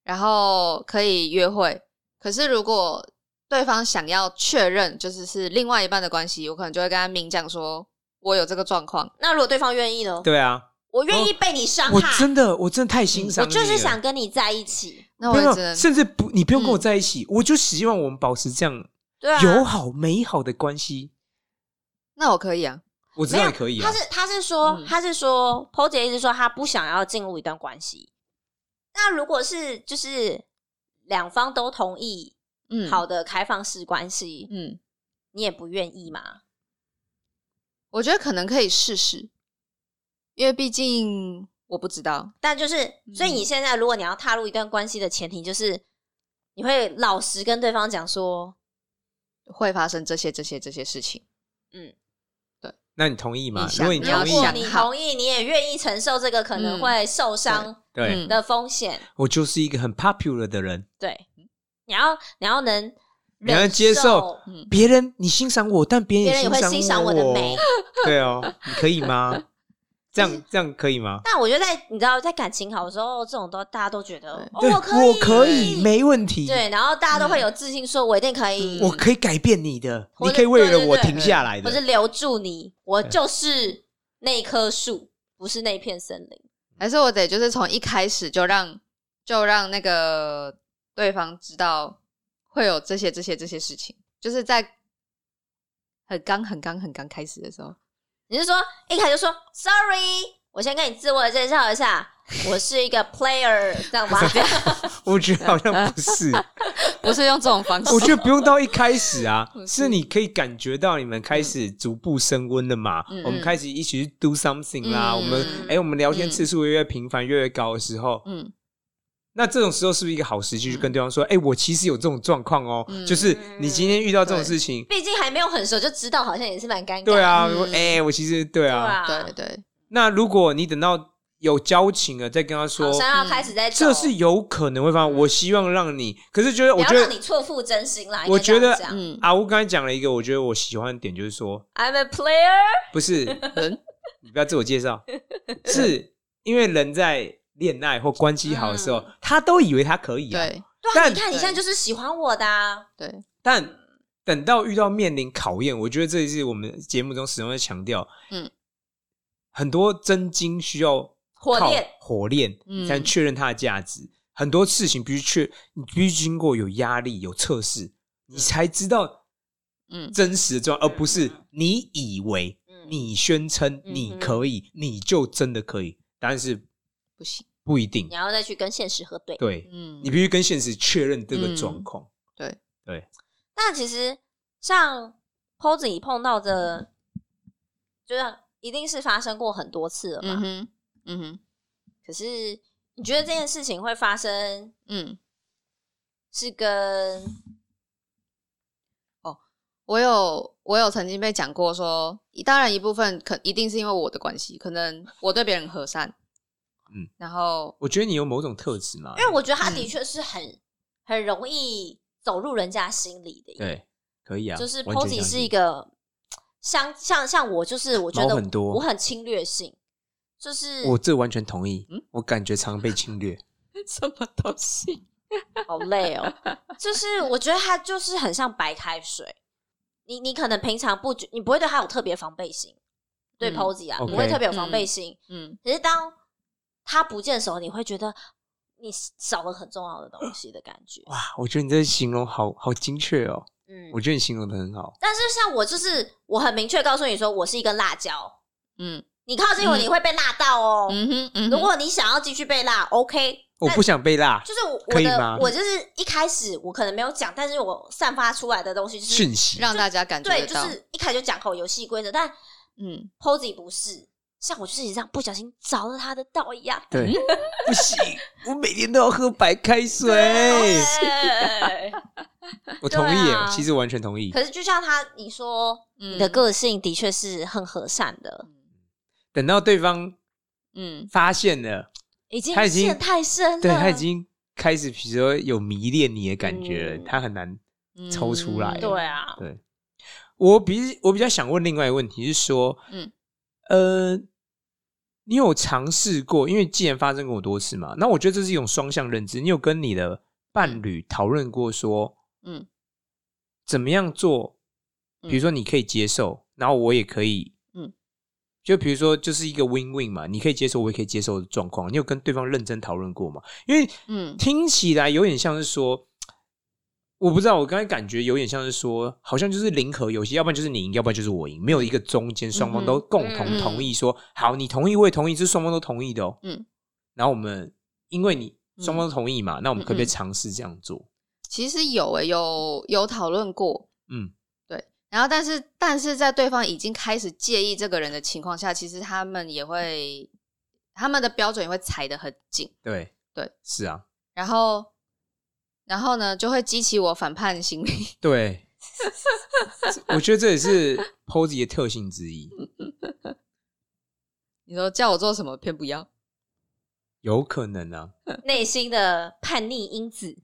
A: 然后可以约会。可是如果对方想要确认，就是是另外一半的关系，我可能就会跟他明讲说，我有这个状况。
B: 那如果对方愿意呢？
C: 对啊，
B: 我愿意被你伤害，嗯
C: 我真的我真的太欣赏
B: 我
C: 你
B: 就是
C: 了
B: 想跟你在一起。
A: 那我
C: 没
A: 也
C: 有，
A: 只
C: 没有
A: 能
C: 甚至不，你不用跟我在一起，我就希望我们保持这样
B: 嗯对啊，
C: 友好美好的关系。
A: 那我可以啊，
C: 我知
B: 没
C: 道
B: 有
C: 你可以啊
B: 他，是他是说、
A: 嗯
B: 他是说 p o 姐一直说他不想要进入一段关系。那如果是就是两方都同意
A: 嗯，
B: 好，的开放式关系，
A: 嗯，
B: 你也不愿意嘛？
A: 我觉得可能可以试试，因为毕竟我不知道，
B: 但就是，所以你现在如果你要踏入一段关系的前提，就是你会老实跟对方讲说，
A: 会发生这些这些这些事情。
C: 那你同意吗
A: 你？想
C: 如果你
A: 你
B: 如
A: 要
C: 同意，
B: 果
A: 想
B: 你
A: 好
B: 同意，你也愿意承受这个可能会受伤
C: 对、
A: 嗯
B: 的风险，
C: 我就是一个很 popular 的人，
B: 对，你要你要能
C: 你要
B: 忍
C: 接受
A: 嗯，
C: 别人你欣赏我，但别人
B: 别人也会
C: 也
B: 欣
C: 欣
B: 赏
C: 赏
B: 我的美
C: 哦。对哦，你可以吗？这样这样可以吗？
B: 但我觉得在你知道，在感情好的时候，这种都大家都觉得、哦
C: 对，
B: 我可以，
C: 我可以，没问题。
B: 对，然后大家都会有自信，说我一定可以，
C: 我可以改变你的，
B: 或
C: 你
B: 者
C: 可以为了
B: 对对
C: 我
B: 对
C: 停下来
B: 或是
C: 的。
B: 留住你，我就是那棵树，不是那片森林。
A: 还是我得就是从一开始就让就让那个对方知道会有这些这些这些事情，就是在很刚很刚很刚开始的时候，
B: 你是说一开始就说 sorry，我先跟你自我介绍一下， 我是一个 player，这样吗？
C: 我觉得好像不是，
A: 不是用这种方式
C: 我。觉得不用到一开始啊，
A: 不是
C: 是你可以感觉到你们开始逐步升温了嘛。
A: 嗯
C: 我们开始一起去 do something 啦，
A: 嗯
C: 我们哎、我们聊天次数越来越频繁、越来越高的时候，
A: 嗯，
C: 那这种时候是不是一个好时
B: 嗯
C: 机去跟对方说，哎、我其实有这种状况哦，
A: 嗯
C: 就是你今天遇到这种事情，
B: 毕竟还没有很熟，就知道好像也是蛮尴尬。
C: 对，啊，
A: 嗯
C: 我哎、我其实对
B: 对
C: 啊。
B: 啊，
A: 对对，
C: 那如果你等到有交情了再跟他说
B: 好，像要开始在走
C: 这是有可能会发生。我希望让你，可是觉得
B: 不
C: 我
B: 要
C: 觉
B: 让嗯
C: 得
B: 你错付真心啦。
C: 我觉得
B: 应该这样讲
A: 嗯，
C: 阿乌刚才讲了一个，我觉得我喜欢的点就是说，
B: I'm a player，
C: 不 是
A: 人
C: 你不要自我介绍，是因为人在恋爱或关系好的时候
B: 嗯，
C: 他都以为他可以啊，
A: 对
B: 对啊，
C: 但
B: 你看你现在就是喜欢我的啊，
A: 对，
C: 但等到遇到面临考验，我觉得这也是我们节目中始终在强调，
A: 嗯，
C: 很多真金需要
B: 火
C: 靠
B: 炼
C: 火炼
A: 嗯
C: 才能确认它的价值。很多事情必须确，你必须经过有压力、有测试，你才知道
A: 嗯
C: 真实的状况，而不是你以为
B: 嗯
C: 你宣称
B: 嗯
C: 你可以，你就真的可以，但是
A: 不行，
C: 不一定
B: 你。要再去跟现实核对。
C: 对
A: 嗯，
C: 你必须跟现实确认这个
A: 嗯
C: 状况。
A: 对
C: 对，
B: 那其实像 Pose 你碰到的，就是一定是发生过很多次了嘛。
A: 嗯哼，嗯哼，
B: 可是你觉得这件事情会发生，
A: 嗯，
B: 是跟
A: 我有我有曾经被讲过说，当然一部分可一定是因为我的关系，可能我对别人和善，
C: 嗯，
A: 然 后
C: 我觉得你有某种特质嘛，
B: 因为我觉得他的确是很、 很容易走入人家心里的，，
C: 对可以啊，
B: 就是
C: 完全
B: Posy 是
C: 相信
B: 一个像像像我，就是我觉
C: 毛
B: 得
C: 很多
B: 我很侵略性，就是
C: 我这完全同意
A: 嗯，
C: 我感觉常被侵略。
A: 什么东西，
B: 好累哦。就是我觉得他就是很像白开水，你你可能平常不觉，你不会对他有特别防备心，对
A: 嗯
B: Posy 啊，
C: OK
B: 不会特别有防备心。
A: 嗯
B: 可是当他不见的时候，你会觉得你少了很重要的东西的感觉。
C: 哇，啊我觉得你这形容好好精确哦，
B: 嗯，
C: 我觉得你形容的很好。
B: 但是像我就是我很明确告诉你说，我是一根辣椒，
A: 嗯
B: 你靠近我
A: 嗯
B: 你会被辣到哦。
A: 嗯哼嗯哼，
B: 如果你想要继续被辣，OK，
C: 我不想被辣
B: 就是我
C: 可
B: 我
C: 以
B: 的
C: 吗
B: 我就是一开始我可能没有讲，但是我散发出来的东西就是
C: 讯息，
A: 让大家感觉
B: 对，
A: 得
B: 就
A: 到，
B: 是一开始就讲好游戏规则，但
A: 嗯
B: Posy 不是，像我就是这样不小心着了他的道一样。
C: 对
A: 嗯，
C: 不行，我每天都要喝白开水。
B: 对，
C: 我同意
B: 啊对
C: 耶
B: 啊，
C: 其实完全同意
B: 可。是就像他你说，
A: 嗯
B: 你的个性的确是很和善的，
C: 嗯等到对方
A: 嗯
C: 发现了，
B: 已经
C: 他已经
B: 陷太深了，
C: 对他已经开始，比如说有迷恋你的感觉
B: 嗯
C: 了，他很难
A: 嗯
C: 抽出来
B: 对啊，
C: 对，我比我比较想问另外一个问题是说，
A: 嗯
C: 嗯，呃，你有尝试过？因为既然发生过多次嘛，那我觉得这是一种双向认知。你有跟你的伴侣讨论过说，
A: 嗯
C: 怎么样做？
A: 嗯
C: 比如说，你可以接受，然后我也可以，
A: 嗯
C: 嗯，就比如说，就是一个 win win 嘛，你可以接受，我也可以接受的状况。你有跟对方认真讨论过吗？因为
A: 嗯
C: 听起来有点像是说，我不知道，我刚才感觉有点像是说，好像就是零和游戏，要不然就是你赢，要不然就是我赢，没有一个中间双方都共同同意说，好，你同意我也同意，这是双方都同意的哦。
A: 嗯，
C: 然后我们因为你
A: 嗯
C: 双方都同意嘛，那我们可不可
A: 嗯
C: 以
A: 嗯
C: 尝试这样做？
A: 其实有诶、有有讨论过，
C: 嗯，
A: 对。然后，但是但是在对方已经开始介意这个人的情况下，其实他们也会他们的标准也会踩得很紧，
C: 对，
A: 对，
C: 是啊，
A: 然后然后呢就会激起我反叛心理，
C: 对，我觉得这也是 Posy 的特性之一，
A: 你说叫我做什么，偏不要。
C: 有可能啊。
B: 内心的叛逆因 子。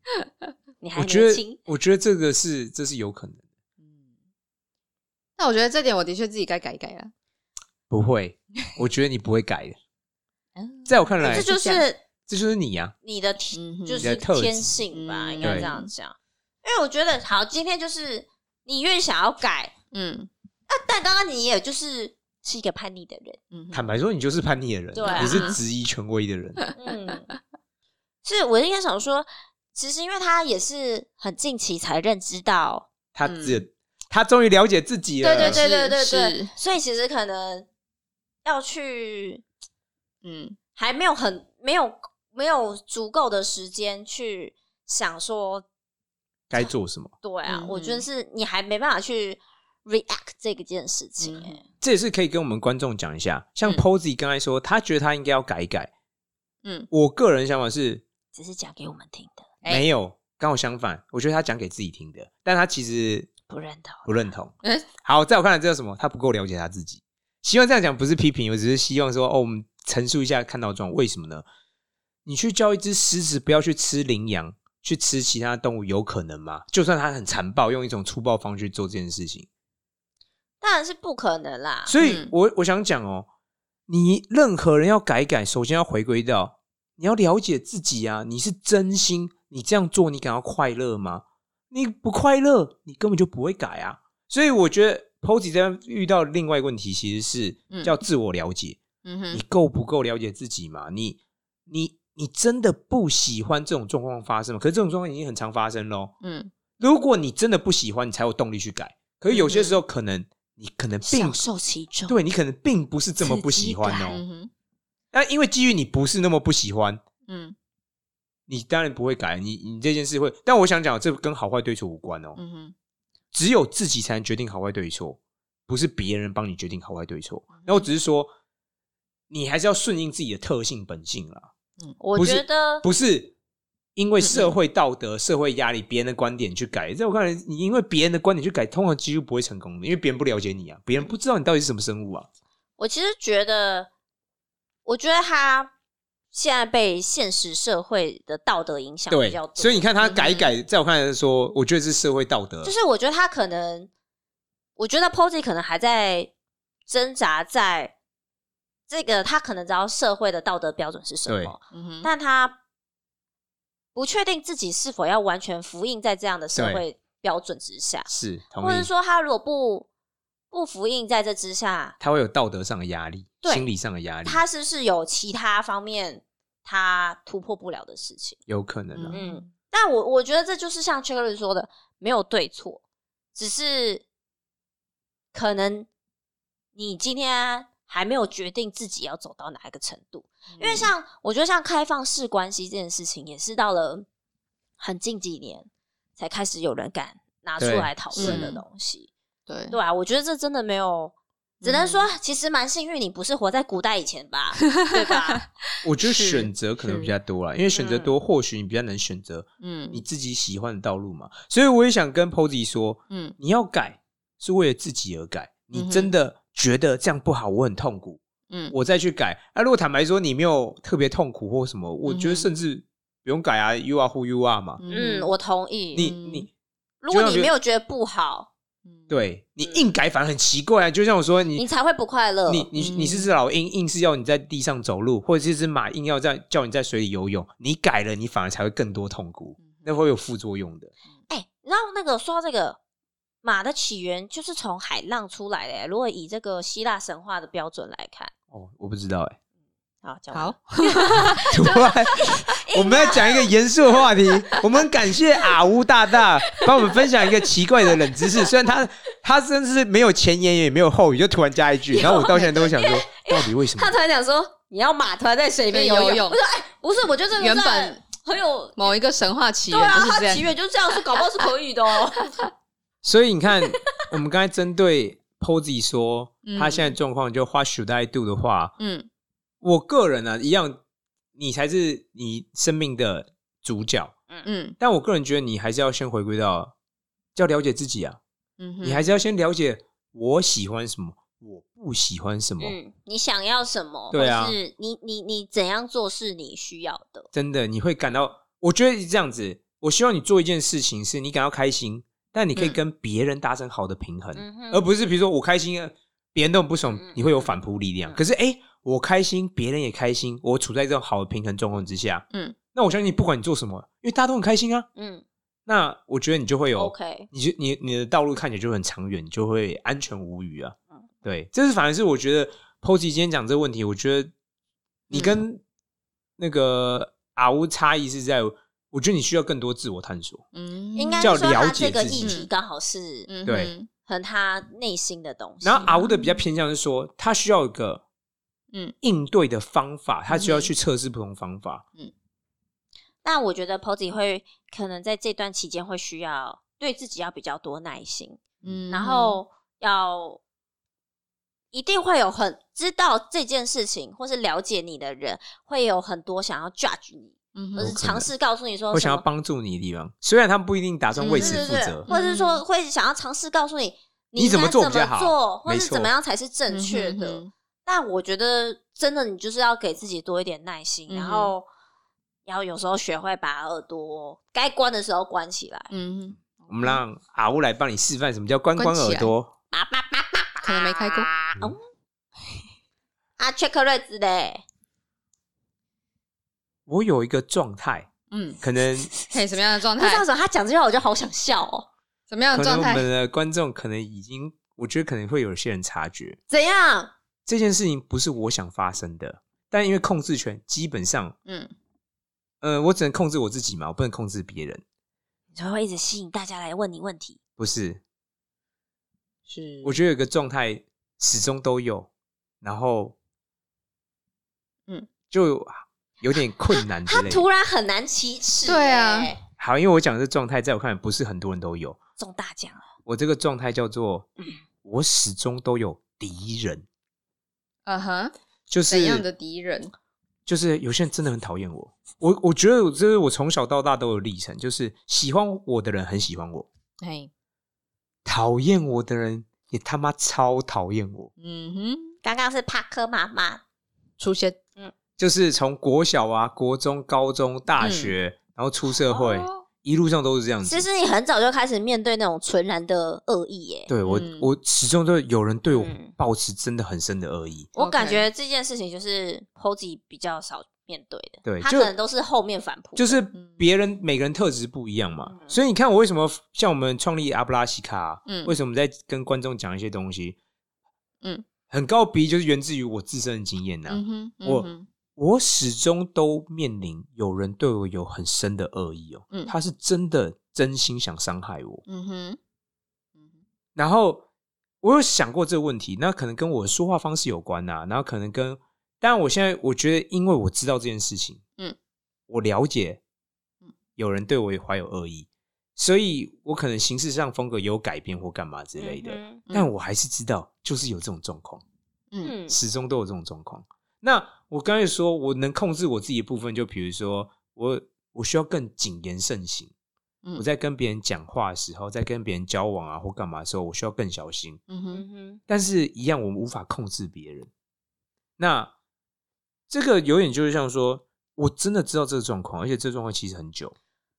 B: 你还
C: 我觉
B: 年
C: 得
B: 轻，，
C: 我觉得这个是这是有可能的，
A: 嗯，那我觉得这点我的确自己该改一啊改了。
C: 不会，我觉得你不会改的。
A: 嗯
C: 在我看来，
B: 哎这就
A: 这
B: 是
C: 这就是你啊呀、
B: 你的
A: 嗯
B: 天
A: 哼
B: 就
A: 你
B: 是
C: 的特质
B: 天性吧，
A: 嗯
B: 应该这样讲。因为我觉得，好，今天就是你越想要改，
A: 嗯
B: 但刚刚你也就是是一个叛逆的人，
A: 嗯，
C: 坦白说，你就是叛逆的人，
B: 对啊
C: 你是质疑权威的 人。
B: 嗯，是我应该想说，其实因为他也是很近期才认知到，
C: 他只、他终于了解自己了，
B: 嗯对对对对对
A: 是
B: 对
A: 是，
B: 所以其实可能要去
A: 嗯
B: 还没有很没有没有足够的时间去想说，
C: 该做什么，
B: 对啊，
A: 嗯
B: 我觉得是你还没办法去 react 这个件事情、
A: 嗯
B: 欸
C: 这也是可以跟我们观众讲一下。像
A: 嗯
C: Posy 刚才说，他觉得他应该要改一改。
A: 嗯，
C: 我个人想法是
B: 只是讲给我们听的，
A: 哎
C: 没有，刚好相反，我觉得他讲给自己听的，但他其实
B: 不认同。
C: 不认同。
A: 嗯
C: 好，在我看来，这叫什么？他不够了解他自己。希望这样讲不是批评，我只是希望说，哦，我们陈述一下看到的状况。为什么呢？你去教一只狮子不要去吃羚羊，去吃其他动物，有可能吗？就算它很残暴，用一种粗暴方式去做这件事情，
B: 当然是不可能啦，
C: 所以
A: 嗯
C: 我，我想讲哦，你任何人要改一改，首先要回归到你要了解自己啊，你是真心，你这样做你感到快乐吗？你不快乐，你根本就不会改啊。所以我觉得 Posy 这边遇到另外一个问题，其实是
A: 嗯
C: 叫自我了解，
A: 嗯
C: 你
A: 哼，
C: 够不够了解自己嘛？你你你真的不喜欢这种状况发生吗？可是这种状况已经很常发生喽。
A: 嗯，
C: 如果你真的不喜欢，你才有动力去改。可是有
A: 嗯
C: 些时候，可能、你可能并
D: 享受其中。
C: 对你可能并不是这么不喜欢
A: 嗯
C: 哦。
A: 哼，
C: 那因为基于你不是那么不喜欢，
A: 嗯
C: 你当然不会改，你你这件事会。但我想讲，这跟好坏对错无关哦，
A: 嗯哼，
C: 只有自己才能决定好坏对错，不是别人帮你决定好坏对错。那我只是说，你还是要顺应自己的特性本性啦，
B: 我
C: 不是
B: 觉得
C: 不是。因为社会道德、社会压力、别人的观点去改，在我看来，你因为别人的观点去改，通常几乎不会成功的，因为别人不了解你啊，别人不知道你到底是什么生物啊。
B: 我其实觉得，我觉得他现在被现实社会的道德影响比
C: 对
B: 较，多，嗯
C: 所以你看他改一改，在我看来说，我觉得是社会道德，
B: 就是我觉得他可能，我觉得 Posy 可能还在挣扎在这个，他可能知道社会的道德标准是什
C: 对
B: 么，
A: 嗯哼，
B: 但他不确定自己是否要完全服膺在这样的社
C: 对
B: 会标准之下，
C: 是同意，
B: 或者说他如果不不服膺在这之下，
C: 他会有道德上的压力，
B: 对
C: 心理上的压力，
B: 他是不是有其他方面他突破不了的事情？
C: 有可能啊，
B: 嗯，但我我觉得这就是像 c h a r l 说的，没有对错，只是可能你今天还没有决定自己要走到哪一个程度，因
C: 嗯
B: 为像我觉得像开放式关系这件事情，也是到了很近几年才开始有人敢拿出
C: 对
B: 来讨论的
A: 是
B: 东西。
A: 对
B: 对啊，我觉得这真的没有。只能说，
C: 嗯
B: 其实蛮幸运，你不是活在古代以前吧，对 吧？
C: 我觉得
A: 是
C: 选择可能
A: 是
C: 比较多了，因为选择
B: 嗯
C: 多，或许你比较能选择
A: 嗯
C: 你自己喜欢的道路嘛。所以我也想跟 Posy 说，
A: 嗯
C: 你要改是为了自己而改，
A: 嗯
C: 你
A: 哼
C: 真的觉得这样不好，我很痛苦，
A: 嗯，
C: 我再去改。那、如果坦白说你没有特别痛苦或什么，我觉得
A: 嗯哼
C: 甚至不用改啊，You are who you are 嘛。
B: 嗯，我同意。
C: 你
A: 嗯
C: 你
B: 如果
C: 就像
B: 你
C: 比如
B: 没有觉得不好，
C: 对你
B: 嗯
C: 硬改反而很奇怪啊，就像我说
B: 你
C: 你
B: 才会不快乐。
C: 你你
A: 嗯
C: 你是只老鹰，硬是要你在地上走路，或者是只马硬要在叫你在水里游泳，你改了，你反而才会更多痛苦，那会有副作用的。
B: 哎、你知道那个说到这个马的起源，就是从海浪出来的、如果以这个希腊神话的标准来看，
C: 哦，我不知道哎、
B: 好，讲完了
A: 好，，
C: 突然 我们要讲一个严肃的话题，我们感谢阿乌大大帮我们分享一个奇怪的冷知识，虽然他他真是没有前言也没有后语，就突然加一句，然后我到现在都想说，到底为什么
B: 他？突然讲说你要马突然在水里面游
A: 游
B: 泳，
A: 泳
B: 我说哎、不是，我觉得这个
A: 原
B: 真的
A: 本
B: 很有。
A: 某一个神话起
B: 对
A: 源
B: 啊，
A: 就是这
B: 它
A: 样
B: 起，源就是这样，说搞不好是可以的 哦。
C: 所以你 看，我们刚才针对 Posy 说
A: 嗯
C: 他现在状况，就花 should I do 的话，
A: 嗯
C: 我个人呢、啊一样，你才是你生命的主角。
A: 嗯
C: 但我个人觉得，你还是要先回归到，要了解自己啊。
A: 嗯哼，
C: 你还是要先了解我喜欢什么，我不喜欢什么。
B: 嗯，你想要什么？
C: 对啊
B: 或是你你你怎样做是你需要的。
C: 真的，你会感到，我觉得是这样子。我希望你做一件事情，是你感到开心，但你可以
A: 嗯
C: 跟别人达成好的平衡，
B: 嗯哼
C: 而不是比如说我开心，呃别人都很不爽，
B: 嗯
C: 你会有反扑力量。
B: 嗯
C: 可是，哎、我开心，别人也开心，我处在这种好的平衡状况之下，
A: 嗯，
C: 那我相信不管你做什么，因为大家都很开心啊，
B: 嗯
C: 那我觉得你就会有
B: ，OK，
C: 你就你你的道路看起来就很长远，你就会安全无虞啊
B: 嗯。
C: 对，这是反而是我觉得 POZ 今天讲这个问题，我觉得你
B: 嗯
C: 跟那个阿乌差异是在，我觉得你需要更多自我探索。
A: 嗯
B: 应该
C: 叫
B: 说他
C: 了
B: 这
C: 解
B: 个
C: 自己
B: 议题刚好是
A: 嗯哼
C: 对
B: 和他内心的东西。
C: 然后阿乌的比较偏向是说，他需要一个
A: 啊嗯
C: 应对的方法，他需要
A: 嗯
C: 去测试不同方法。
B: 但我觉得 Posy 会可能在这段期间会需要对自己要比较多耐心，
A: 嗯
B: 然后要一定会有很知道这件事情或是了解你的人，会有很多想要 judge 你，
A: 嗯
B: 或
C: 有
B: 是
A: 哼
C: 可
B: 尝
C: 能
B: 试告诉你
A: 哦
B: 说
C: 我
B: 什
C: 想要
B: 么
C: 帮助你的地方，虽然他们不一定打算为
A: 嗯
C: 此
B: 对
C: 负
B: 对对
C: 责，，嗯
B: 或是说会想要尝试告诉你
C: 你
B: 应
C: 怎么
B: 该
C: 做
B: 怎
C: 比较
B: 么
C: 好
B: 做，或
C: 没
B: 是怎
C: 错
B: 么样才是正确的。
A: 嗯哼
B: 但我觉得真的，你就是要给自己多一点耐心，然
A: 嗯哼
B: 后要有时候学会把耳朵该关的时候关起来。
A: 嗯哼，
C: 我们让阿乌来帮你示范什么叫关关
A: 关起
C: 耳
A: 来
C: 朵。
A: 可能没 开过，
B: 啊
C: 嗯
B: 哦啊，check 瑞子嘞，
C: 我有一个状态，
A: 嗯，
C: 可 能
A: 嘿，什么样的状
B: 不知
A: 态
B: 道为？什么他讲这句话我就好想笑哦。
A: 什么样
C: 可
A: 的
C: 能
A: 状
C: 我们
A: 态？
C: 的观众可能已经，我觉得可能会有些人察觉
B: 怎样？
C: 这件事情不是我想发生的，但因为控制权基本上，
A: 嗯，
C: 呃，我只能控制我自己嘛，我不能控制别人。
B: 你才会一直吸引大家来问你问题。
C: 不是，
A: 是
C: 我觉得有一个状态始终都有，然后，
A: 嗯，
C: 就有点困难之
B: 他
C: 类的。
B: 突然很难启齿，
A: 对啊，
C: 好，因为我讲的这状态，在我看来不是很多人都有。
B: 中大奖了。
C: 我这个状态叫做，我始终都有敌人，
A: 嗯哼，
C: 就是
A: 怎样的敌人？
C: 就是有些人真的很讨厌我。我我觉得我这是我从小到大都有历程，就是喜欢我的人很喜欢我，
A: 嘿，
C: 讨厌我的人也他妈超讨厌我。
A: 嗯哼，
B: 刚刚是帕克妈妈，
A: 出现
C: 就是从国小啊、国中、高中、大学，然后出社会，
A: 嗯哦
C: 一路上都是这样
B: 其
C: 子。
B: 实你很早就开始面对那种纯然的恶意耶。
C: 对我，
A: 嗯
C: 我始终都有人对我
B: 嗯
C: 抱持真的很深的恶意。
B: 我
A: OK
B: 感觉这件事情就是 Posy 比较少面对的，
C: 对
B: 他
C: 就
B: 可能都是后面反扑的，
C: 就是
A: 嗯
C: 别人每个人特质不一样嘛，所以你看我为什么像我们创立阿布拉西卡，啊
A: 嗯
C: 为什么在跟观众讲一些东西，
A: 嗯，
C: 很高比例就是源自于我自身的经验呐、
A: 嗯哼，嗯
C: 我
A: 哼
C: 我始终都面临有人对我有很深的恶意哦，
A: 嗯
C: 他是真的真心想伤害我。
A: 嗯哼，嗯哼
C: 然后我有想过这个问题，那可能跟我说话方式有关啊呐、然后可能跟，但我现在我觉得，因为我知道这件事情，
A: 嗯，
C: 我了解
A: 嗯，
C: 有人对我也怀有恶意，所以我可能形式上风格有改变或干嘛之
B: 之
C: 类的，
B: 嗯
A: 哼
C: 但我还是知道，就是有这种状况。
A: 嗯
B: 哼，
C: 始终都有这种状况。那我刚才说，我能控制我自己的部分，就比如说我我需要更谨言慎行。
A: 嗯
C: 我在跟别人讲话的时候，在跟别人交往啊或干嘛的时候，我需要更小心。
A: 嗯
B: 嗯
A: 哼，
B: 哼，
C: 但是，一样我们无法控制别人。那这个有点就是像说，我真的知道这个状况，而且这个状况其实很久。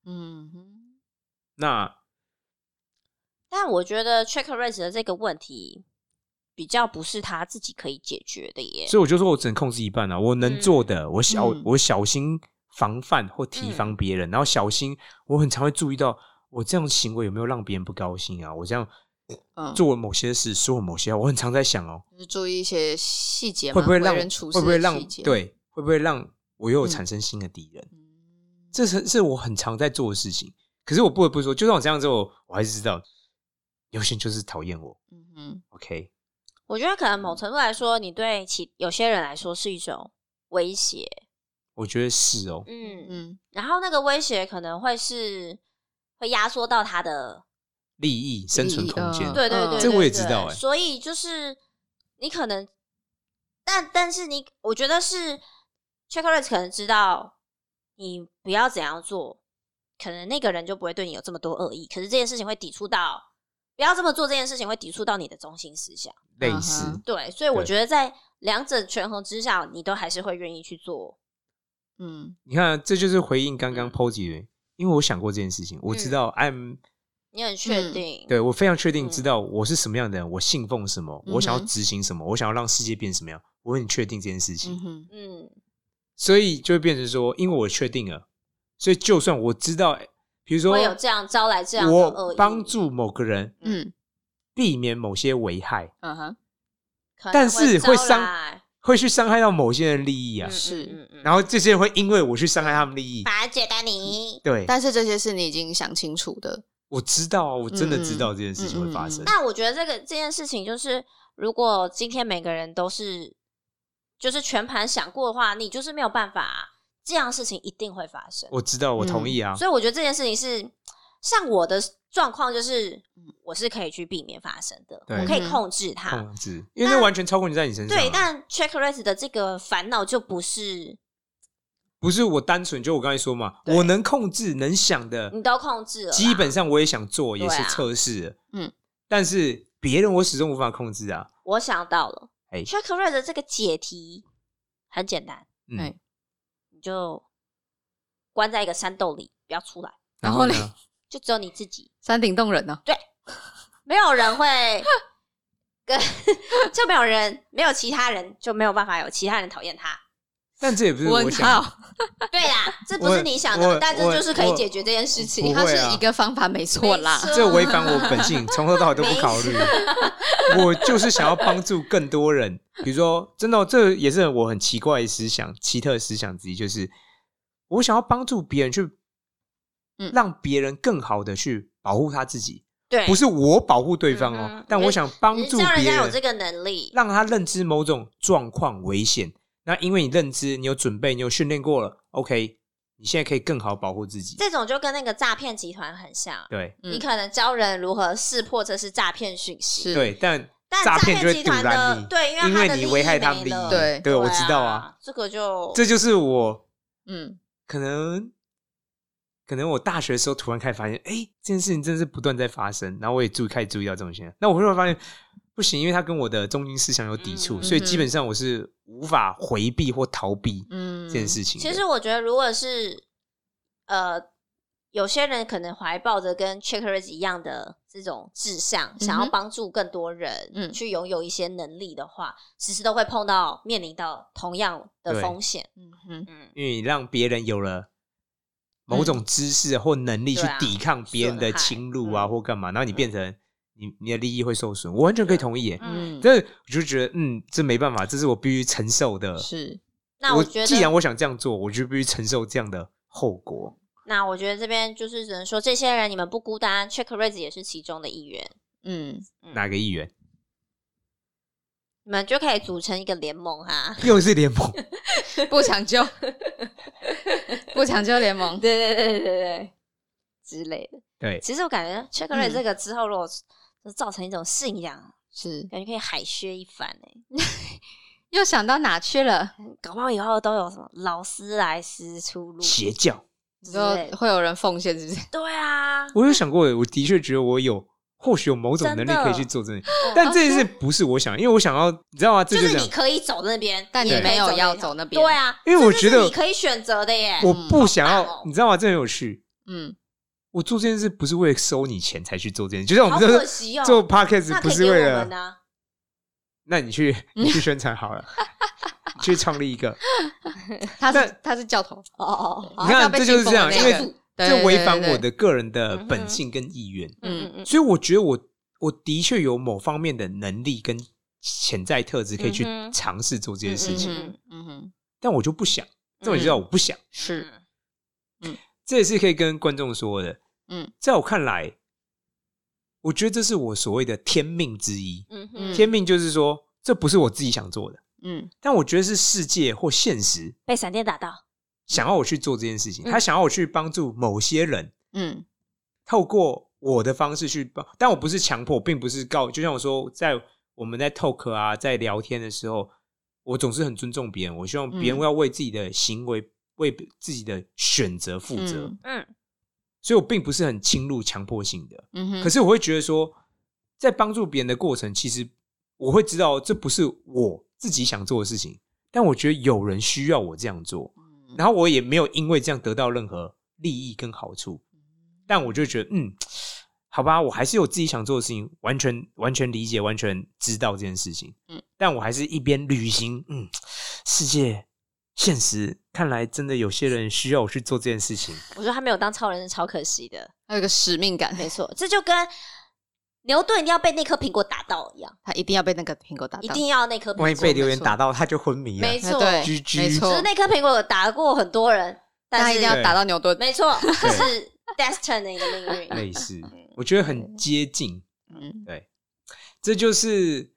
A: 嗯哼，
C: 那
B: 但我觉得 check raise 的这个问题比较不是他自己可以解决的耶。
C: 所以我就说我只能控制一半啊，我能做的，我小、
A: 嗯
C: 我小心防范或提防别人，然后小心，我很常会注意到我这样行为有没有让别人不高兴啊，我这样
A: 嗯，
C: 做某些事，说某些话，我很常在想哦，
A: 就是注意一些细节嘛，
C: 会不会让
A: 为人处事
C: 会
A: 的
C: 不会让
A: 细节？
C: 对会不会让我又有产生新的敌人？
A: 嗯，
C: 这是是我很常在做的事情，可是我不得不说，就算我这样做，我还是知道有些人就是讨厌我。
A: 嗯哼，
C: OK，
B: 我觉得可能某程度来说，你对其有些人来说是一种威胁，
C: 我觉得是哦，
B: 嗯，
A: 嗯
B: 然后那个威胁可能会是会压缩到他的，
C: 利益生存
A: 利益
C: 空间，
A: 嗯
B: 对对对，
C: 啊这我
B: 对
C: 也
B: 对
C: 知道哎
B: 所以就是你可能，但但是你，我觉得是 chocolate 可能知道你不要怎样做，可能那个人就不会对你有这么多恶意，可是这件事情会抵触到。不要这么做这件事情会抵触到你的中心思想。
C: 类
A: 嗯
C: 似。
A: 哼
B: 对，所以我
C: 对
B: 觉得在两者权衡之下，你都还是会愿意去做。
A: 嗯，
C: 你看，这就是回应刚
B: 嗯
C: 刚 Posy 的，因为我想过这件事情，我知道 I'm
B: 你很确
A: 嗯
B: 定，
C: 对我非常确定
B: 嗯
C: 知道我是什么样的人，我信奉什么，
A: 嗯哼
C: 我想要执行什么，我想要让世界变什么样，我很确定这件事情，
A: 嗯哼，
B: 嗯
C: 所以就会变成说，因为我确定了，所以就算我知道，比如说
B: 会有这样招来这样的恶
C: 我
B: 意，
C: 帮助某个人
A: 嗯
C: 避免某些危害，
A: 嗯哼，
B: 可能
C: 但是
B: 会
C: 会
B: 招
C: 伤
B: 来
C: 会去伤害到某些人利益啊
B: 嗯，
A: 是
B: 嗯嗯嗯
C: 然后这些人会因为我去伤害他们利益，
B: 反而觉得你。
C: 对，
A: 但是这些是你已经想清楚的，
C: 我知道啊，我真的
A: 嗯嗯
C: 知道这件事情会发生
A: 嗯嗯 嗯，
B: 那我觉得这个这件事情，就是如果今天每个人都是就是全盘想过的话，你就是没有办法，这样的事情一定会发生。
C: 我知道，我同意啊，
B: 所以我觉得这件事情是，像我的状况就是，嗯我是可以去避免发生的，
C: 对
B: 我可以
A: 嗯
B: 控制它。
C: 控制，因为那完全操控你在你身上啊，
B: 对，但 checklist 的这个烦恼就不是
C: 不是我单纯就我刚才说嘛，
B: 对
C: 我能控制能想的，
B: 你都控制了啦，
C: 基本上我也想做，
B: 对
C: 也
B: 啊
C: 是测试了，
A: 嗯，
C: 但是别人我始终无法控制啊，
B: 我想到了、
C: 哎
B: checklist 的这个解题很简单，
C: 嗯
A: 哎，
B: 你就关在一个山洞里，不要出来，
A: 然后
C: 呢
A: 嘞，
B: 就只有你自己，
A: 山顶洞人哦呢、
B: 没有人会跟， 就没有人，没有其他人就没有办法有其他人讨厌他。
C: 但这也不是
A: 问
C: 我想
A: 号，
B: 对啦，这不是你想
C: 我
B: 的，但这
C: 我
B: 就是可以
C: 我
B: 解决这件事情。
C: 不
A: 它
C: 会
A: 是
C: 啊
A: 一个方法，没错啦
B: 没。错
C: 这违反我本性，从头到尾都不考虑。我就是想要帮助更多人，比如说，真的哦、这也是我很奇怪的思想、奇特的思想之一，就是我想要帮助别人去，
A: 嗯
C: 让别人更好的去保护他自己，
B: 对，
C: 不是我保护对方
B: 嗯
C: 哦
B: 哼，
C: 但我想帮
B: 你是
C: 助
B: 教人
C: 别
B: 家有这
C: 人，
B: 个能力，
C: 让他认知某种状况危险。那因为你认知，你有准备，你有训练过了，OK，你现在可以更好保护自己。
B: 这种就跟那个诈骗集团很像。
C: 对
A: 嗯
B: 你可能教人如何识破这是诈骗讯息，
A: 是
C: 对，但
B: 但
C: 诈
B: 诈
C: 骗就会
B: 集
C: 堵
B: 团
C: 拦
B: 的
C: 你，
B: 对，因
C: 因
B: 为
C: 为
B: 他的
C: 你
B: 利益
C: 危害
B: 没
C: 他们利益
B: 了，
A: 对
C: 对，我知道啊，
B: 啊，这个就
C: 这就是我
A: 嗯，
C: 可能可能我大学的时候突然开始发现，哎、这件事情真的是不断在发生，然后我也注意开始注意到这种现象。那我会发现不行，因为它跟我的中心思想有抵触，
B: 嗯
C: 所以基本上我是无法回避或逃避
A: 嗯
C: 这件事情的。
B: 其实我觉得，如果是呃，有些人可能怀抱着跟 Checkers 一样的这种志向，
A: 哼
B: 想要帮助更多人，
A: 嗯
B: 去拥有一些能力的话，时时都会碰到面临到同样的
C: 对
B: 风险。
A: 嗯哼，
B: 嗯，
C: 因为你让别人有了。某种知识或能力去
B: 对啊
C: 抵抗别人的
B: 损害
C: 侵入啊，
B: 嗯
C: 或干嘛，然后你变成你你的利益会受损，我完全可以同意耶。
A: 嗯，
C: 但是我就觉得，嗯，这没办法，这是我必须承受的。
A: 是，
B: 那
C: 我
B: 觉
C: 既然
B: 得，
C: 我想这样做，我就必须承受这样的后果。
B: 那我觉得这边就是只能说，这些人你们不孤单，Checkers 也是其中的一员，
A: 嗯，
C: 哪个议员？
B: 你们就可以组成一个联盟啊哈。
C: 又是联盟，
A: 不抢 救，不抢救联 盟，
B: 对对对对对，之类的。
C: 对，
B: 其实我感觉 Checkers
A: 嗯
B: 这个之后，如果就造成一种信仰，
A: 是，
B: 感觉可以海削一番哎、
A: 又想到哪去了？
B: 搞不好以后都有什么劳斯莱斯出路
C: 邪教。
A: 你
B: 之类
A: 说
B: 的。
A: 会有人奉献，是不是？
B: 对啊，
C: 我有想过，我的确觉得我有，或许有某种能
B: 真
C: 力
B: 的
C: 可以去做这件事，
B: 嗯
C: 但这件事不是我想，因为我想要，你知道吗？这
B: 就是
C: 这
B: 你
C: 样，
B: 可以走那边，
A: 但你
B: 也
A: 没有
B: 可以
A: 要
B: 那
A: 走那
B: 边。
A: 边，
B: 对，啊，
C: 因为我
B: 这就是
C: 觉得
B: 你可以选择的耶。
C: 我
A: 嗯
C: 不想
B: 好棒哦
C: 要，你知道吗？这很有趣。
A: 嗯，
C: 我做这件事不是为了收你钱才去做这件事，就像我
B: 好
C: 们
B: 可
C: 这
B: 惜哦，
C: 做 podcast
B: 那
C: 不
B: 可以
C: 是
B: 给我
C: 为
B: 们
C: 了，
B: 呢？
C: 那你 去你去宣传好了， 你去创立一个，
A: 他
C: 那
A: 是他是教头，
B: 哦哦
C: 你
B: 哦，
A: 他要
C: 看
A: 被
C: 这就是
A: 信
C: 这样，
A: 奉
C: 因
A: 的那个
C: 为这违反我，
A: 对对对对
C: 的个人的
B: 嗯哼
C: 本性跟意愿。
B: 嗯嗯嗯，
C: 所以我觉得我我的确有某方面的能力跟潜在特质可以去
B: 嗯哼
C: 尝试做这件事
A: 嗯
C: 情，
A: 哼，嗯哼，
C: 但我就不想，这我就知道我不想。
A: 是，
B: 嗯
C: 这也是可以跟观众说的。
A: 嗯，
C: 在我看来，我觉得这是我所谓的天命之一。
B: 嗯嗯
C: 天命就是说，这不是我自己想做的，
A: 嗯
C: 但我觉得是世界或现实
B: 被闪电打到，
C: 想要我去做这件事情，
B: 嗯
C: 他想要我去帮助某些人，
A: 嗯
C: 透过我的方式去帮，但我不是强迫，并不是告，就像我说，在我们在 talk 啊，在聊天的时候，我总是很尊重别人，我希望别人
A: 嗯
C: 要为自己的行为、为自己的选择负责，
A: 嗯
B: 嗯
C: 所以我并不是很侵入强迫性的，
A: 嗯哼，
C: 可是我会觉得说，在帮助别人的过程，其实我会知道这不是我自己想做的事情，但我觉得有人需要我这样做，
A: 嗯
C: 然后我也没有因为这样得到任何利益跟好处，
A: 嗯
C: 但我就觉得，嗯，好吧，我还是有自己想做的事情，完全完全理解，完全知道这件事情，
A: 嗯，
C: 但我还是一边旅行，嗯，世界现实看来真的有些人需要我去做这件事情，
A: 嗯
B: 我说他没有当超人是超可惜的，
A: 还有一个使命感，
B: 没错，这就跟牛顿一定要被那颗苹果打到一样，
A: 他一定要被那个苹果打到，
B: 一定要那颗苹果
C: 万一被
A: 留
C: 留言打到，他就昏迷了，
B: 没
A: 哎
B: 错，
A: 对，
B: 只
C: ，GG
A: 没错
B: 是，那颗苹果有打过很多人，
A: 但他
B: 但
A: 一
B: 是
A: 定要打到牛顿，
B: 没错，是 destiny 的命 运。
C: 类似，我觉得很接近。
A: 嗯，
C: 这就是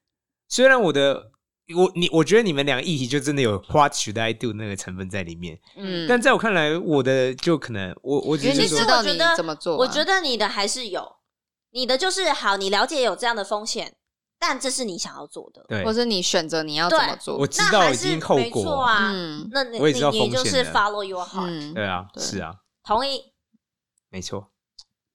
C: 虽然我的我你我觉得你们两个议题就真的有 What should I do 那个成分在里面，
A: 嗯
C: 但在我看来，我的就可能我我
A: 因
C: 只
A: 为你
C: 是
B: 其实
A: 知
C: 说，
A: 道
B: 我觉
A: 你
B: 得
A: 怎么做啊，
B: 我觉得你的还是有，你的就是好，你了解有这样的风险，但这是你想要做的，
C: 对
A: 或是你选择你要怎么
B: 对
A: 做，
C: 我知
B: 那
C: 道
B: 还
C: 已
B: 是
C: 经后
B: 没错
C: 果，
B: 啊。
A: 嗯
B: 那你
C: 我也知道
B: 你你就
C: 风
B: 是
C: 险的
B: follow your heart，、
A: 嗯，
C: 对啊，
A: 对
C: 是啊，
B: 同意。
C: 没错，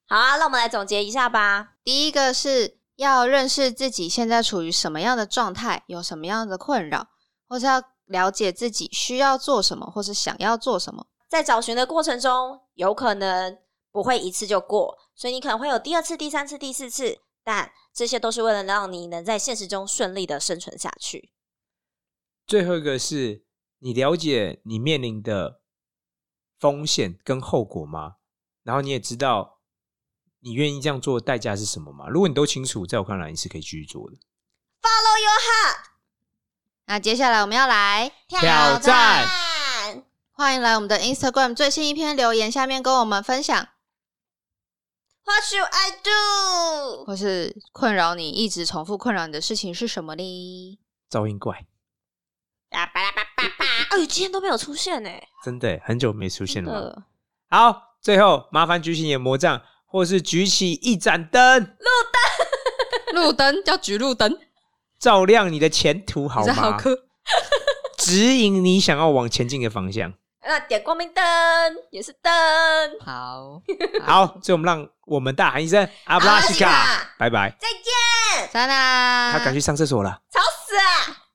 B: 好啊，那我们来总结一下吧。
A: 第一个是要认识自己现在处于什么样的状态，有什么样的困扰，或是要了解自己需要做什么，或是想要做什么。
B: 在找寻的过程中，有可能不会一次就过，所以你可能会有第二次、第三次、第四次，但这些都是为了让你能在现实中顺利的生存下去。
C: 最后一个是你了解你面临的风险跟后果吗？然后你也知道你愿意这样做的代价是什么吗？如果你都清楚，在我看来，你是可以继续做的。
A: 那接下来我们要来
C: 挑战
B: 战
A: 欢迎来我们的 Instagram 最新一篇留言下面跟我们分享，
B: What should I do？
A: 或是困扰你一直重复困扰你的事情是什么呢？
C: 噪音怪，
B: 叭叭叭叭叭！哎呦，今天都没有出现呢、欸。
C: 真的耶很久没出现了吧。
B: 呃，
C: 好，最后麻烦举起你的魔杖，或是举起一盏灯，
A: 路灯要举路灯，
C: 照亮你的前途，好
A: 你
C: 吗？
A: 在好科，
C: 指引你想要往前进的方向。
B: 那点光明灯也是灯。
A: 好，
C: 好，最后我们让我们大喊一声阿布拉西
B: 阿布拉西
C: 卡
B: 卡，
C: 拜拜。
B: 再见，
A: 莎娜，
C: 他赶去上厕所了。
B: 吵死啊！